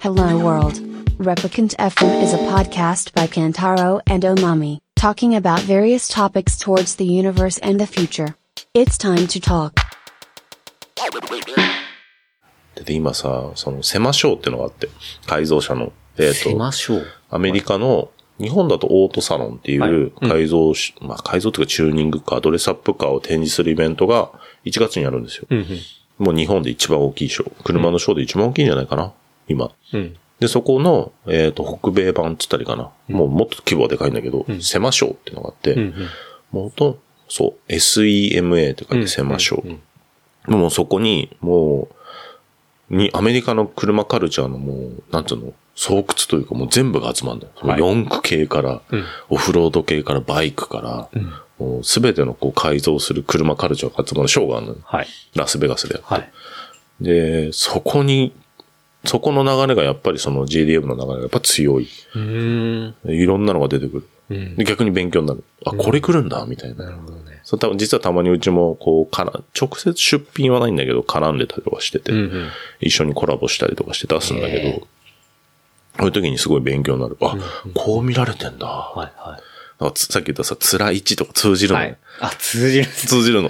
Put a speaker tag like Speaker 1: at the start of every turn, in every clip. Speaker 1: Hello World. Replicant FM is a podcast by Kantaro and Omami, talking about various topics towards the universe and the future. It's time to talk.
Speaker 2: で、今さ、その、狭小っていうのがあって、改造車の。えっ、
Speaker 3: 狭
Speaker 2: と、
Speaker 3: しょう。
Speaker 2: アメリカの、日本だとオートサロンってい
Speaker 3: はいううん
Speaker 2: 改造し、まあ改造というかチューニングカー、ドレスアップカーを展示するイベントが1月にあるんですよ。
Speaker 3: うん、
Speaker 2: もう日本で一番大きい賞。車の賞で一番大きいんじゃないかな、今。
Speaker 3: うん。
Speaker 2: で、そこの、えっ、と、北米版って言ったりかな。もうもっと規模はでかいんだけど、狭小っていうのがあって、
Speaker 3: うん、
Speaker 2: もうと、そう、SEMA って書いて狭小。もうそこに、もう、に、アメリカの車カルチャーのもう、なんつうの、巣窟というかもう全部が集まるんだよ。その
Speaker 3: はい
Speaker 2: 四駆系から、
Speaker 3: うん
Speaker 2: オフロード系から、バイクから、
Speaker 3: うん。
Speaker 2: もうすべてのこう改造する車カルチャーが集まるショーがあるのよ。
Speaker 3: はい。
Speaker 2: ラスベガスでやって。
Speaker 3: はい。
Speaker 2: で、そこに、そこの流れがやっぱりその JDM の流れがやっぱ強い。
Speaker 3: うーん。
Speaker 2: いろんなのが出てくる。
Speaker 3: うん
Speaker 2: で、逆に勉強になる。あ、これ来るんだ、みたいな。
Speaker 3: なるほどね。
Speaker 2: そう、多分実はたまにうちも、こう、から、直接出品はないんだけど、絡んでたりとかしてて、
Speaker 3: うんうん
Speaker 2: 一緒にコラボしたりとかして出すんだけど、
Speaker 3: へえ
Speaker 2: こういう時にすごい勉強になる。あ、こう見られてんだ。
Speaker 3: はい、は
Speaker 2: なんかつさっき言ったさ、辛い位置とか通じ
Speaker 3: い。
Speaker 2: るの、
Speaker 3: は
Speaker 2: ね
Speaker 3: い。あ、通じる。
Speaker 2: 通じる の。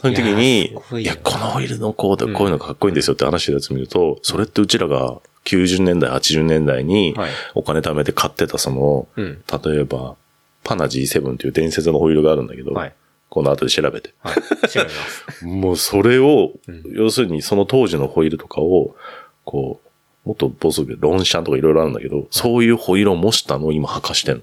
Speaker 2: そういう時
Speaker 3: い
Speaker 2: に
Speaker 3: やすご、い
Speaker 2: い
Speaker 3: よ
Speaker 2: や、このオイルのコード、こういうのがかっこいいんですよって話したやつ見ると、それってうちらが90年代、80年代に
Speaker 3: はい
Speaker 2: お金貯めて買ってたその、
Speaker 3: うん
Speaker 2: 例えば、パナ G7 っていう伝説のホイールがあるんだけど、
Speaker 3: はい
Speaker 2: この後で調べて。
Speaker 3: はい。違います。
Speaker 2: もうそれを、要するにその当時のホイールとかを、こう、もっとボスでロンシャンとかいろいろあるんだけど、そういうホイールを模したのを今履かしてん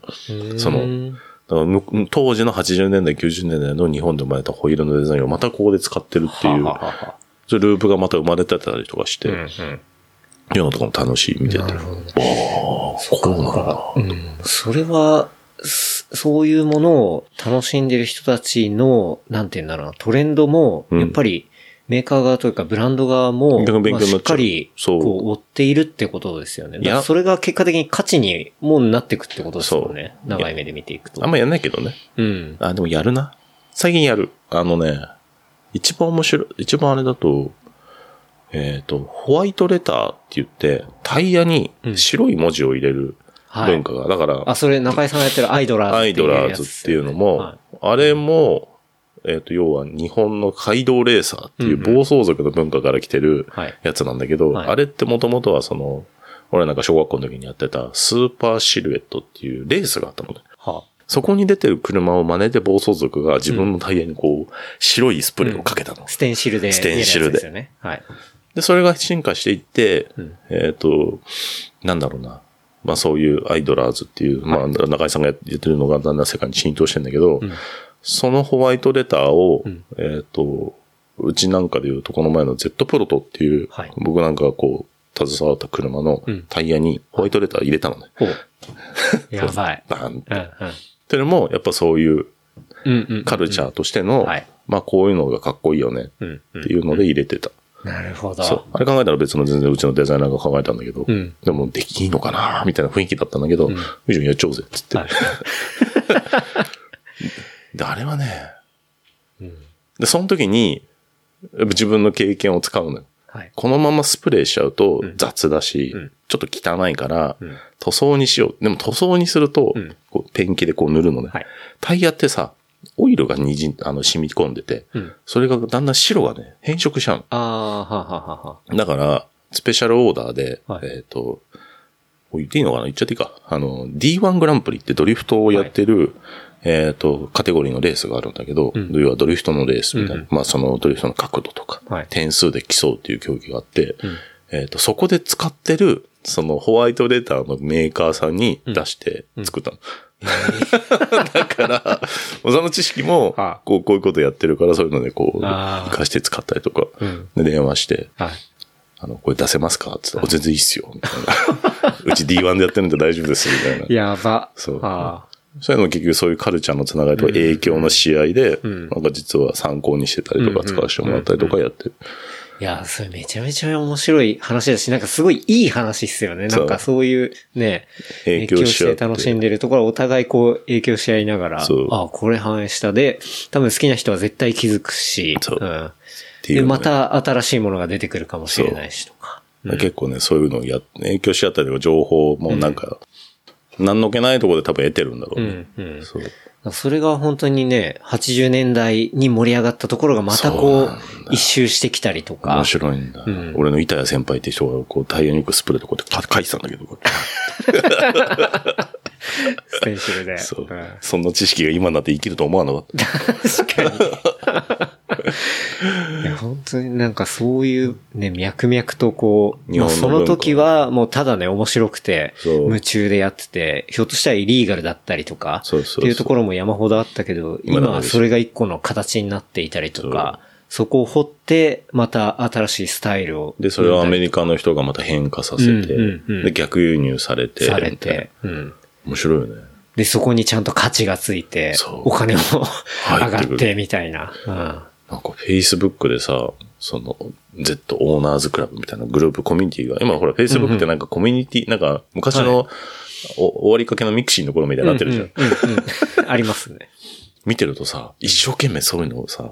Speaker 2: の。その、だからむ当時の80年代、90年代の日本で生まれたホイールのデザインをまたここで使ってるっていう、
Speaker 3: ははは
Speaker 2: そういうループがまた生まれてたりとかして、
Speaker 3: うんうん
Speaker 2: っていうのとかも楽しい、見てて。
Speaker 3: なる
Speaker 2: あ
Speaker 3: ほどね。
Speaker 2: あ、そうなんだ。
Speaker 3: うん。それは、すそういうものを楽しんでる人たちの、なんて言うんだろうな、トレンドも、
Speaker 2: うん
Speaker 3: やっぱり、メーカー側というかブランド側も、
Speaker 2: 逆に勉強になっちゃう
Speaker 3: まあしっかり、
Speaker 2: そ
Speaker 3: こ
Speaker 2: う
Speaker 3: う、追っているってことですよね。
Speaker 2: いや
Speaker 3: だからそれが結果的に価値にもなっていくってことですよね。
Speaker 2: そう
Speaker 3: 長い目で見ていくと。
Speaker 2: あんまやんないけどね。
Speaker 3: うん。
Speaker 2: あ、でもやるな。最近やる。あのね、一番面白い、一番あれだと、えっ、と、ホワイトレターって言って、タイヤに白い文字を入れる
Speaker 3: はい
Speaker 2: 文化が、だから、
Speaker 3: あ、それ中井さんがやってるアイドラーズ
Speaker 2: アイドラーズっていうのも、あれも、えっ、と、要は日本の街道レーサーっていう
Speaker 3: うんうん
Speaker 2: 暴走族の文化から来てる
Speaker 3: はい
Speaker 2: やつなんだけど、
Speaker 3: はい
Speaker 2: あれってもともとはその、俺なんか小学校の時にやってたスーパーシルエットっていうレースがあったのね。
Speaker 3: は
Speaker 2: そこに出てる車を真似て暴走族が自分のタイヤにこう、白いスプレーをかけたの。
Speaker 3: ステンシルで。
Speaker 2: ステンシルで
Speaker 3: 出るやつすよね。はい。
Speaker 2: で、それが進化していって、
Speaker 3: うん
Speaker 2: えっ、と、なんだろうな。まあそういうアイドラーズっていう、まあ中井さんがやってるのがだんだん世界に浸透してんだけど、
Speaker 3: ん
Speaker 2: そのホワイトレターを、
Speaker 3: うん
Speaker 2: えっ、と、うちなんかで言うとこの前の Z プロトっていう、
Speaker 3: はい
Speaker 2: 僕なんかがこう、携わった車の
Speaker 3: うん
Speaker 2: タイヤにホワイトレター入れたのね。
Speaker 3: ほう。 やばい。
Speaker 2: バーンっ
Speaker 3: うん
Speaker 2: て。ってのも、やっぱそういう
Speaker 3: うん。うんうん。
Speaker 2: カルチャーとしての、
Speaker 3: はい
Speaker 2: まあこういうのがかっこいいよね
Speaker 3: う
Speaker 2: っ
Speaker 3: ん。うん
Speaker 2: ていうので入れてた。
Speaker 3: なるほど。
Speaker 2: そう。あれ考えたら別の全然うちのデザイナーが考えたんだけど、
Speaker 3: うん
Speaker 2: でもできいいのかなみたいな雰囲気だったんだけど、うん、以上やっちゃおうぜっつって。
Speaker 3: はい
Speaker 2: で、あれはね、で、その時に、やっぱ自分の経験を使うのよ。
Speaker 3: はい。
Speaker 2: このままスプレーしちゃうと雑だし、
Speaker 3: うん
Speaker 2: ちょっと汚いから
Speaker 3: ん、
Speaker 2: 塗装にしよう。でも塗装にすると、
Speaker 3: うん
Speaker 2: こうペンキでこう塗るのね、
Speaker 3: はい
Speaker 2: タイヤってさ、オイルがにじん、あの、染み込んでて、
Speaker 3: うん
Speaker 2: それがだんだん白がね、変色しちゃうの。
Speaker 3: ああ、はははは。
Speaker 2: だから、スペシャルオーダーで、
Speaker 3: はい
Speaker 2: えっ、と、こう言っていいのかな言っちゃっていいか。あの、D1 グランプリってドリフトをやってる、えっ、と、カテゴリーのレースがあるんだけど、
Speaker 3: うん
Speaker 2: 要はドリフトのレースみたいな、
Speaker 3: うん
Speaker 2: まあそのドリフトの角度とか、
Speaker 3: はい
Speaker 2: 点数で競うっていう競技があって、
Speaker 3: ん
Speaker 2: えっ、と、そこで使ってる、そのホワイトレーターのメーカーさんに出して作ったの。 だから、その知識も
Speaker 3: あ、
Speaker 2: こう、こういうことやってるから、そういうのでこう、
Speaker 3: あー
Speaker 2: 活かして使ったりとか、
Speaker 3: うん
Speaker 2: で電話して、
Speaker 3: はい。
Speaker 2: あの、これ出せますかって言ったら、全然いいっすよ。みたいな。 うち D1 でやってるんで大丈夫です。みたいな。
Speaker 3: やば。
Speaker 2: そう
Speaker 3: あ
Speaker 2: そういうのも結局そういうカルチャーのつながりとか影響の試合で、
Speaker 3: ん
Speaker 2: なんか実は参考にしてたりと
Speaker 3: う
Speaker 2: か
Speaker 3: んうん
Speaker 2: 使わせてもらったりとかやってる。
Speaker 3: ーいや、それめちゃめちゃ面白い話だし、なんかすごいいい話っすよね。
Speaker 2: そう
Speaker 3: なんかそういうね、
Speaker 2: 影響し合って
Speaker 3: 影響楽しんでるところ、お互いこう影響し合いながら、あ
Speaker 2: そう
Speaker 3: あ、これ反映したで、多分好きな人は絶対気づくし、
Speaker 2: そうんていう
Speaker 3: で、
Speaker 2: のね
Speaker 3: また新しいものが出てくるかもしれないしとか。
Speaker 2: 結構ね、そういうのをやっ、影響し合ったりとか情報もなんか、なんのけないところで多分得てるんだろう
Speaker 3: う
Speaker 2: ね。
Speaker 3: ん。うん。
Speaker 2: そう。
Speaker 3: それが本当にね、80年代に盛り上がったところがまた
Speaker 2: そ
Speaker 3: こ
Speaker 2: う
Speaker 3: う
Speaker 2: なんだ、
Speaker 3: 一周してきたりとか
Speaker 2: 面。白いんだ。
Speaker 3: うん
Speaker 2: 俺の板谷先輩って人がこうタイヤ肉スプレーとこうやって書いてたんだけど、こうやっ
Speaker 3: スペンシルで。
Speaker 2: てそう
Speaker 3: うん。
Speaker 2: そんな知識が今になって生きると思わなかった。
Speaker 3: 確かに。 いや本当になんかそういうね、脈々とこう、
Speaker 2: 日
Speaker 3: ま
Speaker 2: 本の
Speaker 3: あその時はもうただね、面白くて、
Speaker 2: そう
Speaker 3: 夢中でやってて、ひょっとしたらイリーガルだったりとか、
Speaker 2: そうそうそう
Speaker 3: っていうところも山ほどあったけど、
Speaker 2: 今
Speaker 3: 今
Speaker 2: だから
Speaker 3: はそれが一個の形になっていたりとか、そこを掘って、また新しいスタイルを。
Speaker 2: で、それをアメリカの人がまた変化させて、
Speaker 3: うんうんうん
Speaker 2: で、逆輸入されて、
Speaker 3: され
Speaker 2: みたいな
Speaker 3: て、うん。
Speaker 2: 面白いよね。
Speaker 3: で、そこにちゃんと価値がついて
Speaker 2: そ、う
Speaker 3: お金も 上
Speaker 2: っ
Speaker 3: が
Speaker 2: てくる
Speaker 3: ってみたいな。うん。
Speaker 2: なんか Facebook でさ、その Z オーナーズクラブみたいなグループコミュニティが、今ほら Facebook ってなんかコミュニティ、なんか昔の、お終わりかけのミクシーの頃みたいになってるじゃん。
Speaker 3: うんうんうんあります ね。
Speaker 2: 見てるとさ、一生懸命そういうのをさ、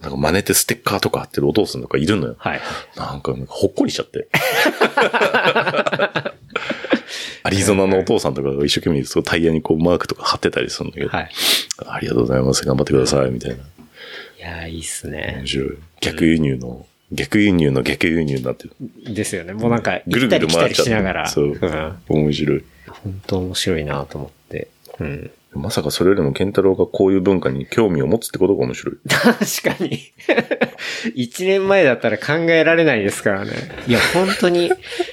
Speaker 2: なんか真似てステッカーとか貼ってるお父さんとかいるのよ。
Speaker 3: はい。
Speaker 2: なんか、ほっこりしちゃ って。アリゾナのお父さんとかが一生懸命そうタイヤにこうマークとか貼ってたりするんだけど、
Speaker 3: はい。
Speaker 2: ありがとうございます、頑張ってください、みたいな。
Speaker 3: いやー、いいっす
Speaker 2: 面
Speaker 3: ね。
Speaker 2: 白い。逆輸入の、逆輸入の逆輸入になってる。
Speaker 3: ですよね。もうなんか、
Speaker 2: ぐる
Speaker 3: 行った
Speaker 2: ぐる
Speaker 3: り来た
Speaker 2: 回っ
Speaker 3: り
Speaker 2: ちゃ
Speaker 3: しながら。。
Speaker 2: そううん
Speaker 3: 本。
Speaker 2: 面白い。
Speaker 3: 当面白いなと思って。うん。
Speaker 2: まさかそれよりも健太郎がこういう文化に興味を持つってことが面白い。
Speaker 3: 確かに。 一年前だったら考えられないですからね。いや、本当に。い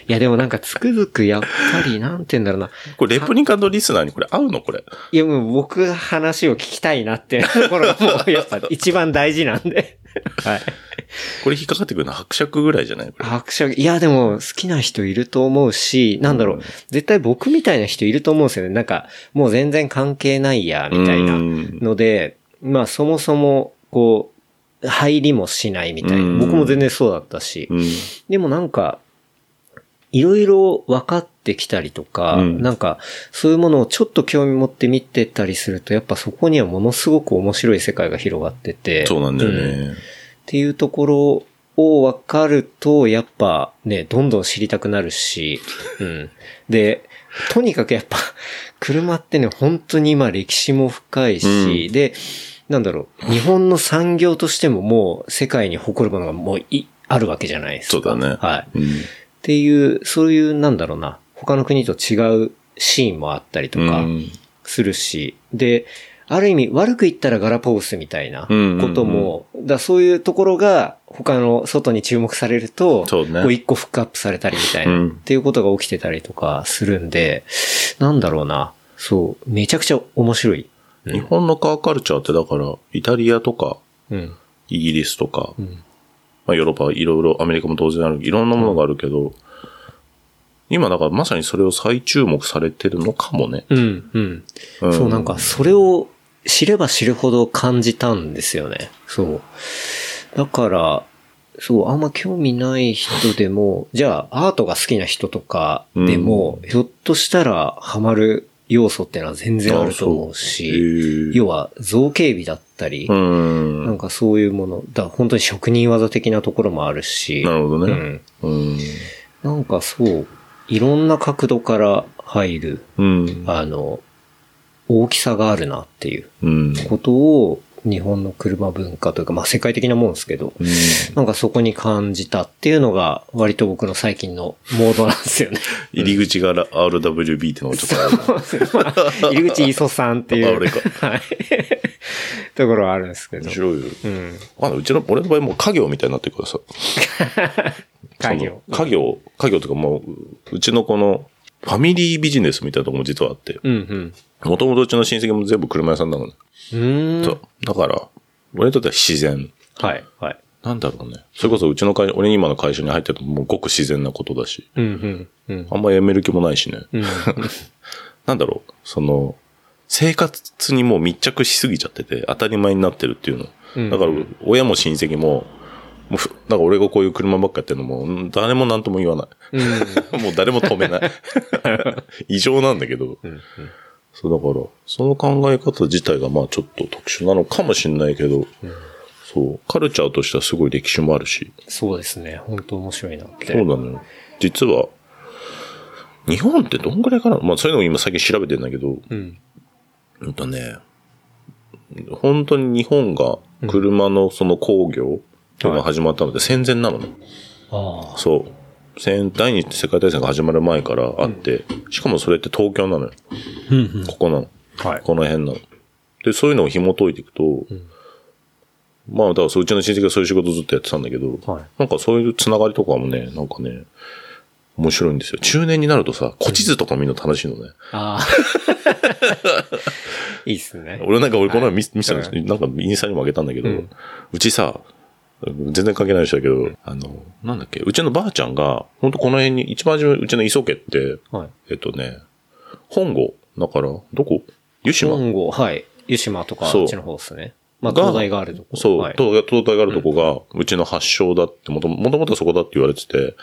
Speaker 3: や、でもなんか、つくづくやっぱり、なんて言うんだろうな。
Speaker 2: これ、レプリカントリスナーにこれ合うのこれ。
Speaker 3: いや、もう僕が話を聞きたいなっていうところがもう、やっぱ一番大事なんで。はい。
Speaker 2: これ引っかかってくるのは伯爵ぐらいじゃないこれ
Speaker 3: 伯爵、いやでも好きな人いると思うし、なんだろう、絶対僕みたいな人いると思うんですよね。なんか、もう全然関係ないや、みたいな
Speaker 2: うん
Speaker 3: ので、まあそもそも、こう、入りもしないみたい
Speaker 2: うん
Speaker 3: な。僕も全然そうだったし
Speaker 2: う。ん。
Speaker 3: でもなんか、いろいろ分かってきたりとか、
Speaker 2: うん
Speaker 3: なんか、そういうものをちょっと興味持って見てたりすると、やっぱそこにはものすごく面白い世界が広がってて。
Speaker 2: そうなんだよね。
Speaker 3: うんっていうところを分かると、やっぱね、どんどん知りたくなるし、うん。で、とにかくやっぱ、車ってね、本当に今歴史も深いし、で、なんだろう、日本の産業としてももう世界に誇るものがもうい、あるわけじゃないですか。
Speaker 2: そうだね。
Speaker 3: はい。っ
Speaker 2: うん
Speaker 3: ていう、そういう、なんだろうな、他の国と違うシーンもあったりとか、
Speaker 2: うん
Speaker 3: するし、で、ある意味悪く言ったらガラポースみたいな
Speaker 2: うん
Speaker 3: ことも、だそういうところが他の外に注目されると、
Speaker 2: そうね
Speaker 3: こう一個フックアップされたりみたいな、
Speaker 2: うん
Speaker 3: っていうことが起きてたりとかするんで、なんだろうな、そう、めちゃくちゃ面白い。
Speaker 2: 日本のカーカルチャーってだから、イタリアとか、
Speaker 3: うん。
Speaker 2: イギリスとか、
Speaker 3: うん。
Speaker 2: まあ、ヨーロッパ、いろいろ、アメリカも当然ある、いろんなものがあるけど、今だからまさにそれを再注目されてるのかもね。
Speaker 3: うん。うん。
Speaker 2: うん
Speaker 3: そう、なんか、それを知れば知るほど感じたんですよね。そう。だから、そう、あんま興味ない人でも、じゃあ、アートが好きな人とかでも、ひょっとしたら、ハマる要素ってのは全然あると思う
Speaker 2: あ
Speaker 3: し、要は、造形美だったり、
Speaker 2: そうへーう
Speaker 3: なん
Speaker 2: ん。
Speaker 3: かそういうもの、だ本当に職人技的なところもあるし、
Speaker 2: なるほど
Speaker 3: う
Speaker 2: ね。
Speaker 3: ん。
Speaker 2: うん。
Speaker 3: なんかそう、いろんな角度から入る、
Speaker 2: うん。
Speaker 3: あの、大きさがあるなっていう。
Speaker 2: うん。
Speaker 3: ことを日本の車文化というか、まあ世界的なもんですけど、
Speaker 2: うん
Speaker 3: なんかそこに感じたっていうのが割と僕の最近のモードなんです よね。
Speaker 2: 入り口が RWB ってのがちょっとあるな
Speaker 3: 入り口磯さんってい
Speaker 2: ああれ
Speaker 3: う、
Speaker 2: か
Speaker 3: はい。ところはあるんですけど
Speaker 2: 面。白いよ。
Speaker 3: うん。
Speaker 2: あのうちの、俺の場合もう家業みたいになってください。
Speaker 3: 家業。
Speaker 2: その家業、家業とかもう、うちのこの、ファミリービジネスみたいなとこも実はあって、
Speaker 3: うんうん。
Speaker 2: もともとうちの親戚も全部車屋さんだもんね。
Speaker 3: うー
Speaker 2: そ
Speaker 3: ん
Speaker 2: う。だから、俺にとっては自然。
Speaker 3: はい、はい。
Speaker 2: なんだろうね。それこそうちの会社、俺今の会社に入ってるともうごく自然なことだし、
Speaker 3: うんうん。うん
Speaker 2: あんま辞める気もないしね。
Speaker 3: うん。
Speaker 2: なんだろう、その、生活にもう密着しすぎちゃってて、当たり前になってるっていう
Speaker 3: うん
Speaker 2: の。だから、親も親戚も、もうふ、なんか俺がこういう車ばっかやってるのも、うん誰も何とも言わない。
Speaker 3: う ん。
Speaker 2: もう誰も止め ない。異常なんだけど。
Speaker 3: うん
Speaker 2: そうだから、その考え方自体がまあちょっと特殊なのかもしれないけど、そう、カルチャーとしてはすごい歴史もあるし、
Speaker 3: そうですね。本当面白いなって。
Speaker 2: そうなのよ。実は、日本ってどんぐらいかなまあそういうのも今最近調べてんだけど、
Speaker 3: うん。
Speaker 2: うんとね、本当に日本が車のその工業が始まったので戦前なのね。
Speaker 3: ああ。
Speaker 2: そう。戦第二次世界大戦が始まる前からあって、しかもそれって東京なのよ。
Speaker 3: うんうん。
Speaker 2: ここなの。
Speaker 3: はい。
Speaker 2: この辺なの。で、そういうのを紐解いていくと、
Speaker 3: ん
Speaker 2: まあ、だからそううちの親戚がそういう仕事ずっとやってたんだけど、
Speaker 3: はい
Speaker 2: なんかそういうつながりとかもね、なんかね、面白いんですよ。中年になるとさ、古地図とか見るの楽しいのね。
Speaker 3: ああ。 いいっすね。
Speaker 2: 俺なんか俺この前見見せたんです
Speaker 3: は
Speaker 2: なんかインスタにもあげたんだけど、
Speaker 3: う
Speaker 2: うんちさ、全然関係ない人だけど、あの、なんだっけ、うちのばあちゃんが、ほんとこの辺に、一番初め、うちの磯家って、
Speaker 3: はい。
Speaker 2: えっとね、本郷、だから、どこ湯島
Speaker 3: 本郷、はい。湯島とか、
Speaker 2: そう
Speaker 3: あっちの方ですね。まあ、東大があるとこ。
Speaker 2: そう、
Speaker 3: はい。
Speaker 2: 東東大があるとこが、うちの発祥だって、もともともとそこだって言われてて、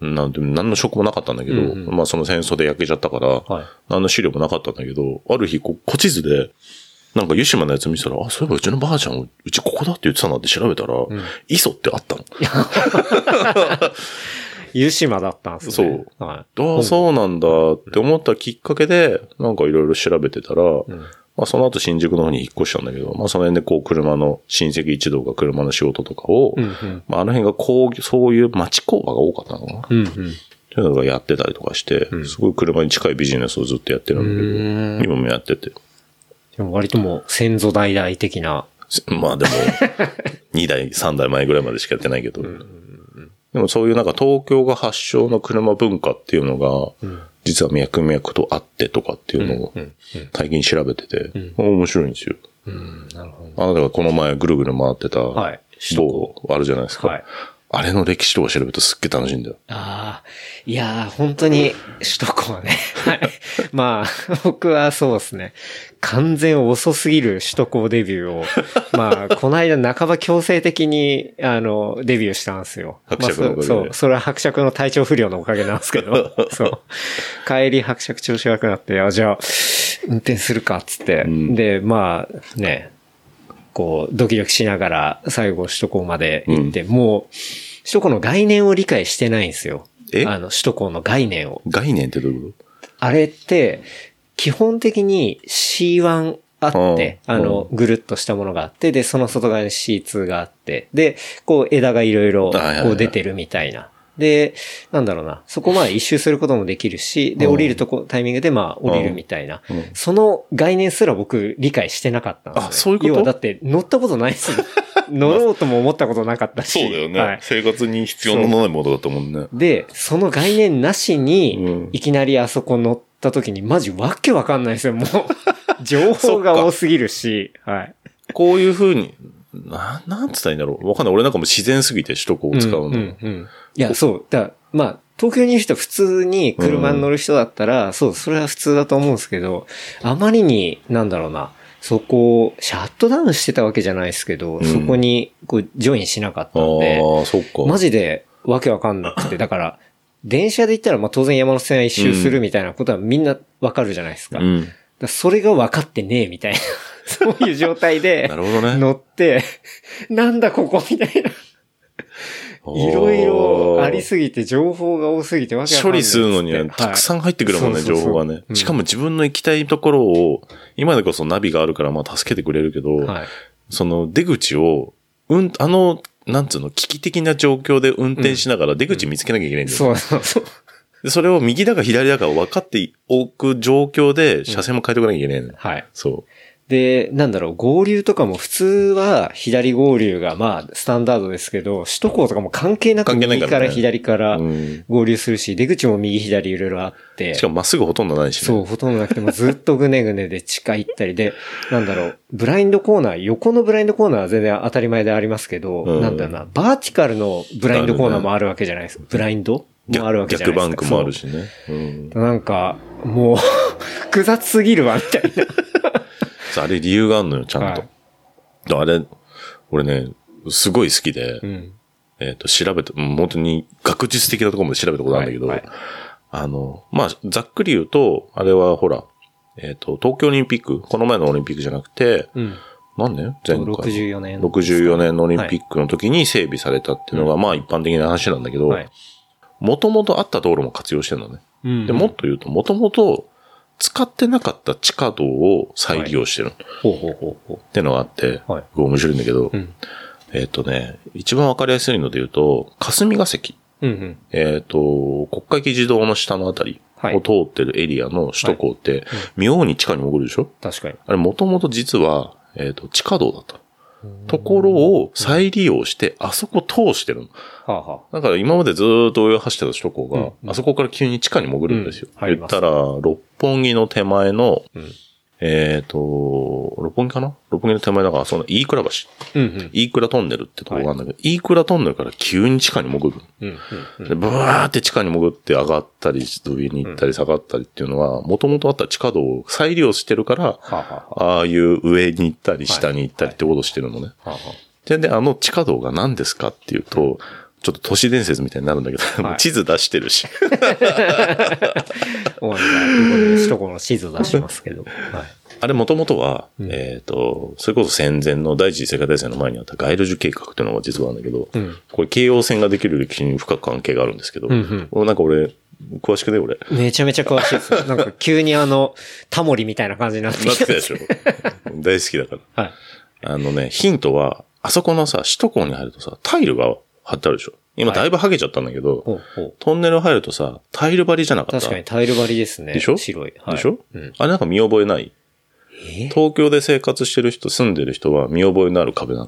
Speaker 2: なんて、何の職もなかったんだけど、
Speaker 3: うんうん
Speaker 2: まあその戦争で焼けちゃったから、
Speaker 3: はい
Speaker 2: 何の資料もなかったんだけど、ある日、こう、古地図で、なんか湯島のやつ見てたら、あ、そういえばうちのばあちゃん、うちここだって言ってたなって調べたら、磯ってあったの。
Speaker 3: 湯島だったんですね。。
Speaker 2: そう
Speaker 3: は
Speaker 2: ああ、そうなんだって思ったきっかけで、なんかいろいろ調べてたら、まあその後新宿の方に引っ越したんだけど、まあその辺でこう車の、親戚一同が車の仕事とかを、
Speaker 3: い。うんうん。
Speaker 2: まああの辺がこう、そういう町工場が多かったのかな。
Speaker 3: うんうん。
Speaker 2: そういうのがやってたりとかして、すごい車に近いビジネスをずっとやってるん
Speaker 3: うーん
Speaker 2: だけど、今もやってて。
Speaker 3: でも割ともう先祖代々的な。
Speaker 2: まあ でも、2代、3代前ぐらいまでしかやってないけど。でもそういうなんか東京が発祥の車文化っていうのが、実は脈々とあってとかっていうのを最近調べてて、面白いんですよ。
Speaker 3: うん、なるほど。
Speaker 2: あなたがこの前ぐるぐる回ってた、
Speaker 3: はい
Speaker 2: 某あるじゃないですか。
Speaker 3: はい
Speaker 2: あれの歴史とか調べるとすっげえ楽しいんだよ。
Speaker 3: ああ、いやー、本当に、首都高はね。はい。 まあ、僕はそうですね。完全遅すぎる首都高デビ ューを、まあ、この間半ば強制的に、あの、デビューしたんですよ。
Speaker 2: 伯爵のおかげで
Speaker 3: まあそう、そうそれは伯爵の体調不良のおかげなんです けど、そう。帰り伯爵調子悪くなって、あ、じゃあ、運転するか、っつって。
Speaker 2: ん
Speaker 3: で、まあ、ね、こう、ドキドキしながら、最後、首都高まで行って、もう、首都高の概念を理解してないんですよ。
Speaker 2: え
Speaker 3: あの、首都高の概念を。
Speaker 2: 概念ってどういうこ
Speaker 3: あれって、基本的に C1 あって、
Speaker 2: うん
Speaker 3: あの、ぐるっとしたものがあって、で、その外側に C2 があって、で、こう枝がいろいろ
Speaker 2: あはいはいはい
Speaker 3: こう出てるみたいな。で、なんだろうな。そこまで一周することもできるし、で、
Speaker 2: うん
Speaker 3: 降りるとこ、タイミングでまあ降りるみたいな
Speaker 2: うんうん。
Speaker 3: その概念すら僕理解してなかったんですよね
Speaker 2: あそういうこと
Speaker 3: 要はだって乗ったことな いですよ乗ろうとも思ったことなかったし。はい
Speaker 2: 生活に必ないものだと思うね。
Speaker 3: で、その概念なし
Speaker 2: うん
Speaker 3: に、いきなりあそこ乗った時に、マジわけわかんないですよ、 もう。情報が多すぎるし、はい。
Speaker 2: こういうふうに、な、なんつったらいいんだろう。わかんない。俺なんかもう自然すぎて首都高を使うの。
Speaker 3: んんうんいや、そう。だからまあ、東京にいる人は普通に車に乗る人だったら、そう、それは普通だと思うんですけど、あまりに、なんだろうな、そこをシャットダウンしてたわけじゃないですけど、
Speaker 2: ん
Speaker 3: そこにこうジョインしなかったんで、
Speaker 2: ああ、そっか。
Speaker 3: マジでわけわかんな くて、だから、電車で行ったら、まあ当然山手線は一周するみたいなことはみんなわかるじゃないですか。
Speaker 2: う
Speaker 3: だか
Speaker 2: ん。
Speaker 3: らそれが分かってねえみたいな、 そういう状態で
Speaker 2: なるほどね。
Speaker 3: 乗って、なんだここみたいな。いろいろありすぎて、情報が多すぎてわけわか
Speaker 2: 処
Speaker 3: んない
Speaker 2: 理するのにはたくさん入ってくるもんね、
Speaker 3: はい
Speaker 2: 情報がね。
Speaker 3: そうそうそううん
Speaker 2: しかも自分の行きたいところを、今でこそナビがあるから、まあ助けてくれるけど、
Speaker 3: んはい。
Speaker 2: その出口を、うん、あの、なんつうの、危機的な状況で運転しながら出口見つけなきゃいけないんだよね、
Speaker 3: そうそうそう。
Speaker 2: でそれを右だか左だか分かっておく状況で、車線も変えておかなきゃいけないのよ、
Speaker 3: はい。
Speaker 2: そ
Speaker 3: で、なんだろう、合流とかも普通は左合流がまあスタンダードですけど、首都高とかも関係なく
Speaker 2: 関係ない
Speaker 3: 右
Speaker 2: から
Speaker 3: か
Speaker 2: ね
Speaker 3: ら左から
Speaker 2: う。うん。
Speaker 3: 合流するし、出口も右左いろいろあって。
Speaker 2: しかもまっすぐほとんどないしね。
Speaker 3: そう、ほとんどなくてもずっとぐねぐねで地下行ったりで、 なんだろう、ブラインドコーナー、横のブラインドコーナーは全然当たり前でありますけど、
Speaker 2: うん
Speaker 3: なんだろうな、バーティカルのブラインドコーナーもあるわけじゃないですか。ブラインドもあるわけじゃない
Speaker 2: 逆バン
Speaker 3: ですか。
Speaker 2: クもあるしね。うん。
Speaker 3: そう。なんか、もう、 複雑すぎるわ、みたい
Speaker 2: そうあれ理由があるのよ、ちゃん
Speaker 3: な。
Speaker 2: と。
Speaker 3: はい。
Speaker 2: であれ、俺ね、すごい好きで、
Speaker 3: うん。
Speaker 2: えっ、と、調べた、うん本当に学術的なところまで調べたことあるんだけど、
Speaker 3: はいはい
Speaker 2: あの、まあ、ざっくり言うと、あれはほら、えっ、と、東京オリンピック、この前のオリンピックじゃなくて、
Speaker 3: うん。
Speaker 2: 何年前回の。
Speaker 3: 64年
Speaker 2: 64年のオリンピックの時に整備されたっていうのが、まあ一般的な話なんだけど、
Speaker 3: はい。
Speaker 2: もともとあった道路も活用してるのね。
Speaker 3: うん
Speaker 2: で、もっと言うと、もともと使ってなかった地下道を再利用してるっ
Speaker 3: ほうほうほうほ
Speaker 2: てのがあって、
Speaker 3: はい
Speaker 2: これ面白いんだけど、
Speaker 3: う。うん。
Speaker 2: えっ、とね、一番わかりやすいので言うと、霞が関。
Speaker 3: うんうん。
Speaker 2: えっ、と、国会議事堂の下のあたり
Speaker 3: はい
Speaker 2: を通ってるエリアの首都高って、妙に地下に潜るでしょ
Speaker 3: 確かに。
Speaker 2: あれ、もともと実は、えっ、と、地下道だった。ところを再利用して、あそこ通してるの。
Speaker 3: はあ、は
Speaker 2: だから今までずーっと上を走ってた首都高が、
Speaker 3: うん
Speaker 2: あそこから急に地下に潜るんですよ。
Speaker 3: うん入り
Speaker 2: 言っ
Speaker 3: ます
Speaker 2: たら、六本木の手前の、
Speaker 3: うん
Speaker 2: えっ、と、六本木かな六本木の手前だから、その飯倉橋。
Speaker 3: あ、うんうん。
Speaker 2: 飯倉トンネルってとこがあるんだけど、飯倉トンネルから急に地下に潜る。
Speaker 3: うんうんうん。
Speaker 2: で、ブワーって地下に潜って上がったり、上に行ったり下がったりっていうのは、もともとあった地下道を再利用してるから、
Speaker 3: はあ、は
Speaker 2: ああいう上に行ったり下に行ったりってことをしてるのね。
Speaker 3: あ、はあ、は
Speaker 2: で、で、あの地下道が何ですかっていうと、ちょっと都市伝説みたいになるんだけど、
Speaker 3: はい
Speaker 2: もう地図出してる し。
Speaker 3: あ。おい今、ここで首都高の地図を出します けど。はい。
Speaker 2: あれもともとは、
Speaker 3: ん
Speaker 2: えっ、と、それこそ戦前の第一次世界大戦の前にあった街路樹計画っていうのが実はあるんだけど、
Speaker 3: うん
Speaker 2: これ京王線ができる歴史に深く関係があるんですけど、
Speaker 3: うん
Speaker 2: なんか俺、詳しくね、俺。
Speaker 3: めちゃめちゃ詳しいです よ。なんか急にあの、タモリみたいな感じになって
Speaker 2: なっ
Speaker 3: き
Speaker 2: てた
Speaker 3: て
Speaker 2: で しょ大好きだか
Speaker 3: はい。
Speaker 2: ら。あのね、ヒントは、あそこのさ、首都高に入るとさ、タイルが貼ってあるでしょ今
Speaker 3: はい
Speaker 2: だいぶ剥げちゃったんだけど、
Speaker 3: ほうほう。
Speaker 2: トンネル入るとさ、タイル張りじゃなかった
Speaker 3: 確かにタイル張りですね。
Speaker 2: でしょ
Speaker 3: 白い。はい、
Speaker 2: でしょ、
Speaker 3: うん。
Speaker 2: あれなんか見覚えない
Speaker 3: え
Speaker 2: 東京で生活してる人、住んでる人は見覚えのある壁な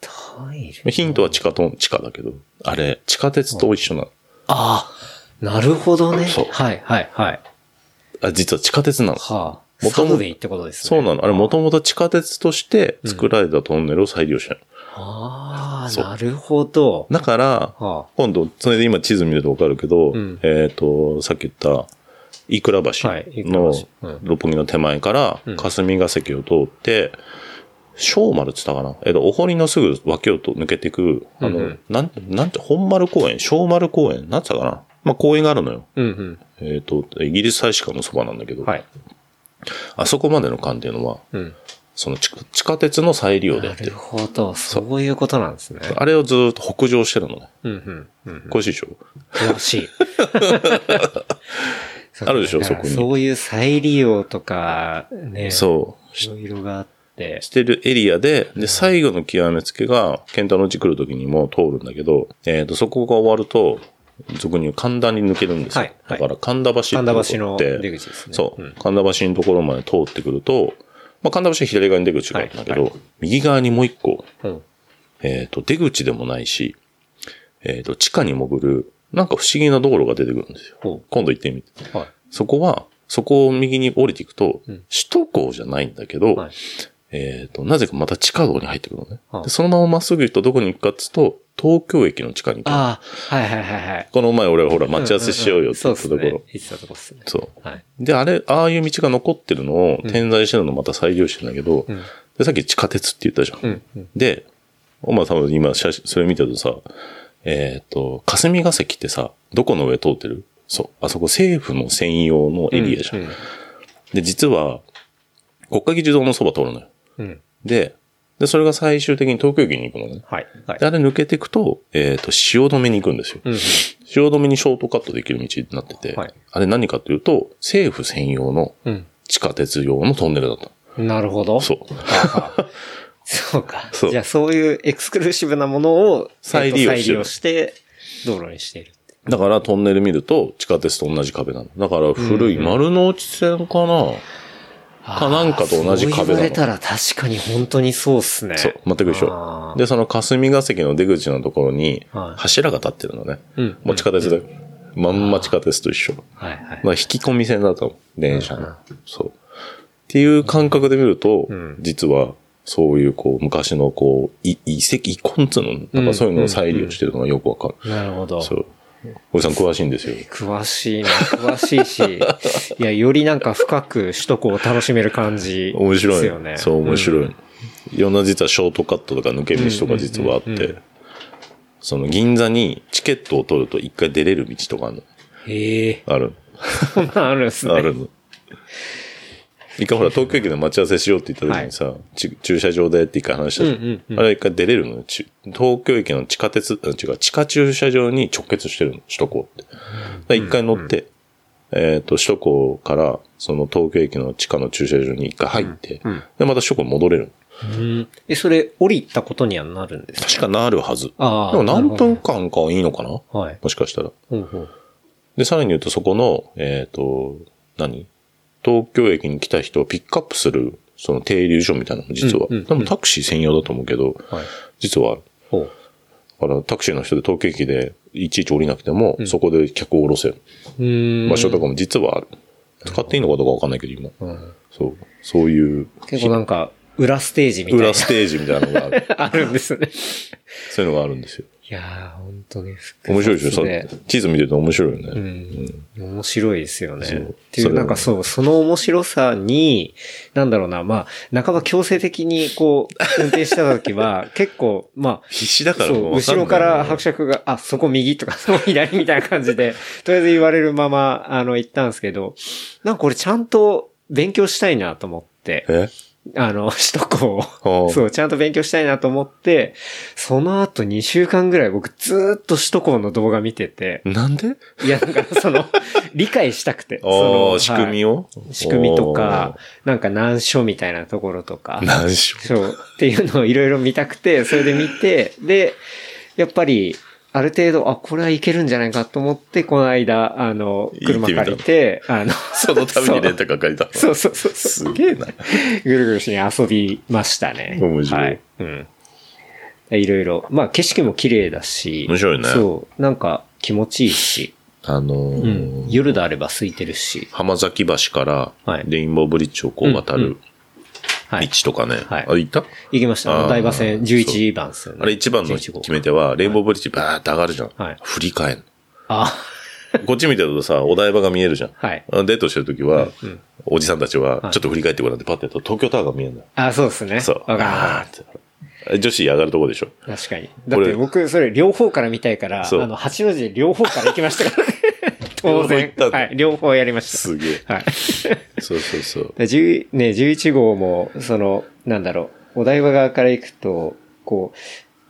Speaker 3: タイル
Speaker 2: の。ヒントは地下と、地下だけど、あれ、地下鉄と一緒なの。
Speaker 3: ああ、なるほどね。
Speaker 2: そう
Speaker 3: はい、はい、はい。
Speaker 2: あ、実は地下鉄なの。
Speaker 3: はあ。
Speaker 2: 元
Speaker 3: サ
Speaker 2: 々
Speaker 3: ブウェイってことですね。
Speaker 2: そうなの。あれ、もともと地下鉄として作られたトンネルを再利用したの。
Speaker 3: ああ、
Speaker 2: そう
Speaker 3: なるほど。
Speaker 2: だから、
Speaker 3: は
Speaker 2: 今度、それで今地図見るとわかるけど、
Speaker 3: うん
Speaker 2: えっ、と、さっき言った、飯倉橋
Speaker 3: はい飯
Speaker 2: の
Speaker 3: 倉橋うん
Speaker 2: 六本木の手前から
Speaker 3: うん、
Speaker 2: 霞が関を通って、小丸って言ったかなえっ、と、お堀のすぐ脇をと抜けていく、あの、
Speaker 3: うんうん
Speaker 2: なん、なんて、本丸公園、小丸公園、なんて言ったかなまあ、公園があるのよ。
Speaker 3: あ。うん
Speaker 2: えっ、と、イギリス大使館のそばなんだけ
Speaker 3: う
Speaker 2: ど、
Speaker 3: ん。はい。
Speaker 2: あそこまでの間っていうのは、
Speaker 3: うん。
Speaker 2: その地下地下鉄の再利用でや
Speaker 3: な
Speaker 2: ってる
Speaker 3: る。ほど。そういうことなんですね。
Speaker 2: あれをずーっと北上してるのね。
Speaker 3: うんうん。うん。
Speaker 2: 詳しいでしょ
Speaker 3: 詳し い。
Speaker 2: あるでしょ
Speaker 3: だから
Speaker 2: そこに
Speaker 3: そういう再利用とか、ね。う。
Speaker 2: そう。
Speaker 3: いろいろがあって
Speaker 2: し。てるエリアで、で、最後の極めつけが、ケンタのうち来る時にも通るんだけど、えっ、と、そこが終わると、俗に言う神田に抜けるんですよ。
Speaker 3: はいはい
Speaker 2: だから神田橋って
Speaker 3: 神田橋
Speaker 2: と
Speaker 3: の
Speaker 2: ころって
Speaker 3: 出口ですね。
Speaker 2: そう、
Speaker 3: ん
Speaker 2: 神田橋のところまで通ってくると、まあ、神田橋は左側に出口があるんだけど、
Speaker 3: はいは
Speaker 2: 右側にもう一個、
Speaker 3: うん。
Speaker 2: えっ、と、出口でもないし、えっ、と、地下に潜る、なんか不思議な道路が出てくるんですよ。
Speaker 3: ほ
Speaker 2: 今度行ってみて。
Speaker 3: う。はい。
Speaker 2: そこは、そこを右に降りていくと、
Speaker 3: うん
Speaker 2: 首都高じゃないんだけど、
Speaker 3: はい
Speaker 2: えっ、と、なぜかまた地下道に入ってくるのね。
Speaker 3: はあ
Speaker 2: でそのまままっすぐ行くとどこに行くかっつうと、東京駅の地下に行くの。
Speaker 3: ああ、はいはいはいはい。
Speaker 2: この前俺がほら待ち合わせしようよって言ったところ。
Speaker 3: うんうんうんそうですね。言ってたとこですね。
Speaker 2: そう。
Speaker 3: はい。
Speaker 2: で、あれ、ああいう道が残ってるのを、点在してるのをまた再利用してるんだけど、
Speaker 3: うん
Speaker 2: でさっき地下鉄って言ったじゃん。
Speaker 3: うんうん
Speaker 2: で、お前多分今写真、それ見てるとさ、えっ、と、霞が関ってさ、どこの上通ってるそう。あそこ政府の専用のエリアじゃん。
Speaker 3: うん
Speaker 2: で、実は、国会議事堂のそば通るのよ。
Speaker 3: うん。
Speaker 2: で、で、それが最終的に東京駅に行くのね。
Speaker 3: はい。はい
Speaker 2: で、。あれ抜けていくと、えっ、と、汐留に行くんですよ。
Speaker 3: うんうん
Speaker 2: 汐留にショートカットできる道になってて、
Speaker 3: はい
Speaker 2: あれ何かというと、政府専用の地下鉄用のトンネルだった。
Speaker 3: うん。なるほど。
Speaker 2: そう。
Speaker 3: そうか。
Speaker 2: そう
Speaker 3: じゃあそういうエクスクルーシブなものを
Speaker 2: 再利用してる
Speaker 3: えっと再利用して道路にしている。
Speaker 2: だからトンネル見ると地下鉄と同じ壁なの。だから古い丸の内線かな、かなんかと同じ
Speaker 3: そう
Speaker 2: 壁
Speaker 3: 言
Speaker 2: な
Speaker 3: わ
Speaker 2: の
Speaker 3: れ。たら確かに本当にそうっすね。
Speaker 2: そう、全く一
Speaker 3: あ
Speaker 2: 緒。
Speaker 3: ー
Speaker 2: で、その霞が関の出口のところに
Speaker 3: はい
Speaker 2: 柱が立ってるのね。
Speaker 3: うん
Speaker 2: もう地下鉄だよ。まんま地下鉄と一緒。
Speaker 3: はいはい。
Speaker 2: まあ、引き込み線だと思う。電車の。そう。っていう感覚で見ると、
Speaker 3: ん
Speaker 2: 実は、そういう、こう、昔の、こう、い遺跡、遺痕っつうのなんかそういうのを再利用してるのがよくわかる。
Speaker 3: なるほど。
Speaker 2: そう。おじさん詳しいんですよ。
Speaker 3: 詳しいな、詳しい し、いや、よりなんか深く首都高を楽しめる感じ
Speaker 2: 面
Speaker 3: で
Speaker 2: 白い。
Speaker 3: すよね。
Speaker 2: そう、面白い。いろんな実はショートカットとか抜け道とか実はあっ
Speaker 3: うんうんうん
Speaker 2: て、その銀座にチケットを取ると一回出れる道とかあるの
Speaker 3: へえ、
Speaker 2: ある。
Speaker 3: こんなんあるんですね。
Speaker 2: あるの。一回ほら、東京駅で待ち合わせしようって言った時にさ、ち駐車場でって一回話したじゃん
Speaker 3: うんうんうん
Speaker 2: あれ一回出れるのよち東京駅の地下鉄、あ違う、地下駐車場に直結してるの、首都高って。だから一回乗って、えっと、首都高から、その東京駅の地下の駐車場に一回入って、で、また首都高に戻れるの。
Speaker 3: うん。え、それ、降りたことにはなるんですか
Speaker 2: 確かなるはず。
Speaker 3: ああ
Speaker 2: でも何
Speaker 3: なる
Speaker 2: 分間かはいいのかな
Speaker 3: はい
Speaker 2: もしかしたら。
Speaker 3: ほうほう
Speaker 2: で、さらに言うとそこの、えっ、と、何東京駅に来た人をピックアップする、その停留所みたいなのも実は。
Speaker 3: うんうんうん
Speaker 2: でもタクシー専用だと思うけど、
Speaker 3: はい
Speaker 2: 実はある。
Speaker 3: ほう。
Speaker 2: だからタクシーの人で東京駅でいちいち降りなくても、そこで客を降ろせる。
Speaker 3: うーん。
Speaker 2: 場所とかも実はある。使っていいのかどうかわかんないけど、今。
Speaker 3: うん
Speaker 2: そう。そういう、
Speaker 3: 結構なんか、裏ステージみたいな
Speaker 2: 裏。ステージみたいなのがあ る。
Speaker 3: あるんですね。
Speaker 2: そういうのがあるんですよ。
Speaker 3: いやー、本当に複雑
Speaker 2: 面白いでしょ、
Speaker 3: ね
Speaker 2: さ地図見てると面白いよね。
Speaker 3: うん。面白いですよね。
Speaker 2: そう
Speaker 3: ってい、
Speaker 2: そうれは
Speaker 3: なんかそう、その面白さに、なんだろうな、まあ、半ば強制的にこう、運転してた時は、 結構、まあ、
Speaker 2: 必死だから
Speaker 3: そ
Speaker 2: も
Speaker 3: う、
Speaker 2: うわか
Speaker 3: 後
Speaker 2: んない
Speaker 3: ろから伯爵が、あ、そこ右とか、 そこ左みたいな感じで、とりあえず言われるまま、あの、行ったんですけど、なんかこれちゃんと勉強したいなと思って、
Speaker 2: え
Speaker 3: あの、 首都高
Speaker 2: あ
Speaker 3: を、
Speaker 2: あ
Speaker 3: そう、ちゃんと勉強したいなと思って、その後2週間ぐらい僕ずーっと首都高の動画見てて、
Speaker 2: なんで
Speaker 3: いや、なんかその、 理解したくて、そ
Speaker 2: あ
Speaker 3: の
Speaker 2: あ、仕組み
Speaker 3: を、
Speaker 2: を、
Speaker 3: はい仕組みとか、なんか難所みたいなところとか
Speaker 2: おー。、難所。
Speaker 3: そう。っていうのをいろいろ見たくて、それで見て、で、やっぱり、ある程度、あ、これはいけるんじゃないかと思って、この間、あの、車借りて、あの、
Speaker 2: そのためにレンタカー借りたの。
Speaker 3: そうそうそうそ
Speaker 2: す
Speaker 3: う。
Speaker 2: げえな。
Speaker 3: ぐるぐるしに遊びましたね。
Speaker 2: 面白い
Speaker 3: はうん。いろいろ。まあ、景色も綺麗だし。
Speaker 2: 面白いね
Speaker 3: そう。なんか、気持ちいいし。
Speaker 2: あのー
Speaker 3: うん。夜であれば空いてるし。
Speaker 2: 浜崎橋か
Speaker 3: は
Speaker 2: ら
Speaker 3: い
Speaker 2: レインボーブリッジをこう渡
Speaker 3: うんう
Speaker 2: る
Speaker 3: は
Speaker 2: 道
Speaker 3: い。
Speaker 2: とかね。
Speaker 3: はい
Speaker 2: あ、行った
Speaker 3: 行きました。
Speaker 2: あー
Speaker 3: 台場線11番ですよね。
Speaker 2: あれ一番の
Speaker 3: 11号
Speaker 2: 決め手は、レインボーブリッジバーって上がるじゃん。
Speaker 3: はい
Speaker 2: 振り返る。
Speaker 3: あ、
Speaker 2: こっち見てるとさ、お台場が見えるじゃん。
Speaker 3: はい
Speaker 2: あデートしてるときは、
Speaker 3: うん
Speaker 2: おじさんたちは、
Speaker 3: い
Speaker 2: ちょっと振り返ってごらんってパッてやると東京タワーが見えるんだよ。
Speaker 3: あ、そうですね。
Speaker 2: そう。
Speaker 3: わかりま
Speaker 2: あーって。女子上がるとこでしょ。
Speaker 3: す。確かに。だって僕、それ両方から見たいから、あ
Speaker 2: そう
Speaker 3: の、八の字で両方から行きましたからね。当
Speaker 2: 両
Speaker 3: 然
Speaker 2: 方行ったん。だ
Speaker 3: はい。両方やりました。
Speaker 2: すげえ。
Speaker 3: はい。
Speaker 2: そうそうそう。
Speaker 3: だ10ね、11号も、その、なんだろう、お台場側から行くと、こう、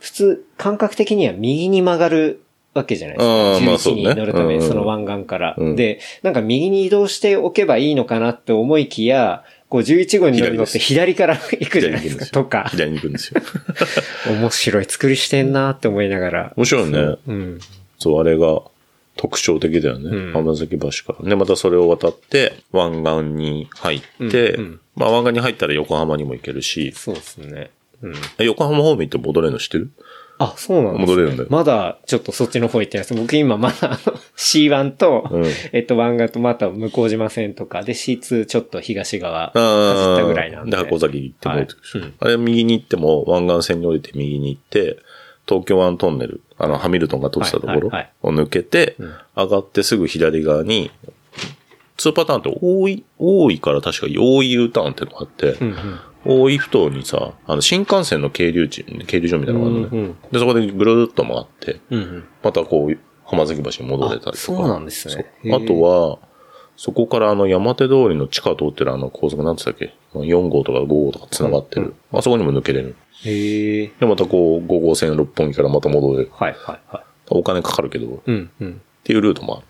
Speaker 3: 普通、感覚的には右に曲がるわけじゃないですか。
Speaker 2: あーまあそうね
Speaker 3: 11に乗るた
Speaker 2: うん
Speaker 3: め、
Speaker 2: うん
Speaker 3: その湾岸から、
Speaker 2: うん
Speaker 3: で、なんか右に移動しておけばいいのかなって思いきや、こう11号に乗るのって左から行くじゃないですか、とか。
Speaker 2: 左に行くんですよ。
Speaker 3: 面白い作りしてんなって思いながら。
Speaker 2: 面白いね。
Speaker 3: うん。
Speaker 2: そう、あれが特徴的だよね。
Speaker 3: うん
Speaker 2: 浜崎橋から。で、またそれを渡って、湾岸に入って、
Speaker 3: うんうん
Speaker 2: まあ湾岸に入ったら横浜にも行けるし、
Speaker 3: そうですね。うん。
Speaker 2: え横浜方面行って戻れるの知ってる
Speaker 3: あ、そうなんですね
Speaker 2: 戻れるんだよ
Speaker 3: まだ、ちょっとそっちの方行ってないです。僕今まだあの C1 と、
Speaker 2: うん
Speaker 3: えっと、湾岸とまた向島線とかで C2 ちょっと東側
Speaker 2: あ
Speaker 3: 走
Speaker 2: あ。
Speaker 3: ったぐらいなんで。
Speaker 2: 箱崎行って戻ってくる、
Speaker 3: はいうん
Speaker 2: あれ右に行っても湾岸線に降りて右に行って、東京湾トンネル、あの、ハミルトンが通ってたとこ
Speaker 3: はいは
Speaker 2: ろ
Speaker 3: いはい
Speaker 2: を抜けて、
Speaker 3: うん
Speaker 2: 上がってすぐ左側に、2パターンって多い、多いから確か多い U ターンってのがあって、
Speaker 3: うんうん。
Speaker 2: 大井ふ頭にさ、あの、新幹線の停留地、停留所みたいなのがあるのね。
Speaker 3: うんうん
Speaker 2: で、そこでぐるっと回って、
Speaker 3: うんうん。
Speaker 2: またこう、浜崎橋に戻れたりとか。
Speaker 3: あそうなんですね
Speaker 2: そうあ
Speaker 3: へえ
Speaker 2: とは、そこからあの山手通りの地下通ってるあの高速なんて言ったっけ ?4 号とか5号とか繋がってる。あそこにも抜けれる。
Speaker 3: へえ。
Speaker 2: で、またこう、5号線六本木からまた戻れる。
Speaker 3: はいはいは
Speaker 2: お金かかるけど、っ
Speaker 3: い。うんうん。
Speaker 2: ていうルートもある。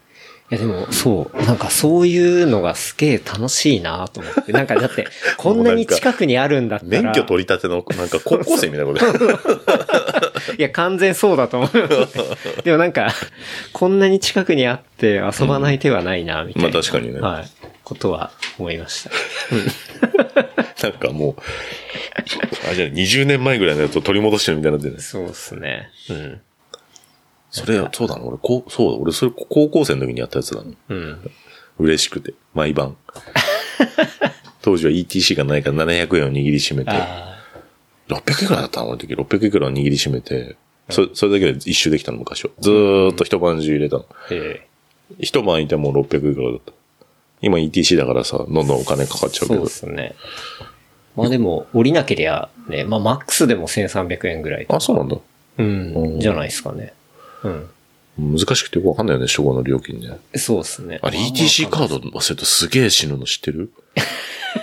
Speaker 3: いやでも、そう、なんかそういうのがすげえ楽しいなと思って。なんかだ って、こんなに近くにあるんだったら。
Speaker 2: 免許取り立ての、なんか高校生みたいなことで。
Speaker 3: いや、完全そうだと思う。 でもなんか、こんなに近くにあって遊ばない手はないな、みたい な。
Speaker 2: まあ確かにね
Speaker 3: はい。ことは思いました。
Speaker 2: なんかもう、あ、じゃあ20年前ぐらいのやつを取り戻してるみたいになってる
Speaker 3: そうですね。うん。
Speaker 2: それ、そうだな、俺、こう、そうだ、俺、それ、高校生の時にやったやつだな。
Speaker 3: うん。
Speaker 2: 嬉しくて、毎 晩。当時は ETC がないから700円を握りしめて、
Speaker 3: あ
Speaker 2: 600いくらだったの俺の時、600いくらを握りしめて、そそれだけで一周できたの、昔は。ずーっと一晩中入れたの。
Speaker 3: あ、え
Speaker 2: 一晩いても600いくらだった。今 ETC だからさ、どんどんお金かかっちゃ
Speaker 3: え
Speaker 2: うけ
Speaker 3: そう
Speaker 2: ど
Speaker 3: で。すね。まあでも、降りなけりゃ、ね、まあマックスでも1300円ぐらい。
Speaker 2: あ、そうなんだ。
Speaker 3: うん。じゃないですかね。うん。
Speaker 2: 難しくてよくわかんないよね、初号の料金ね。
Speaker 3: そうですね。
Speaker 2: あれ ETC カード忘れるとすげえ死ぬの知ってる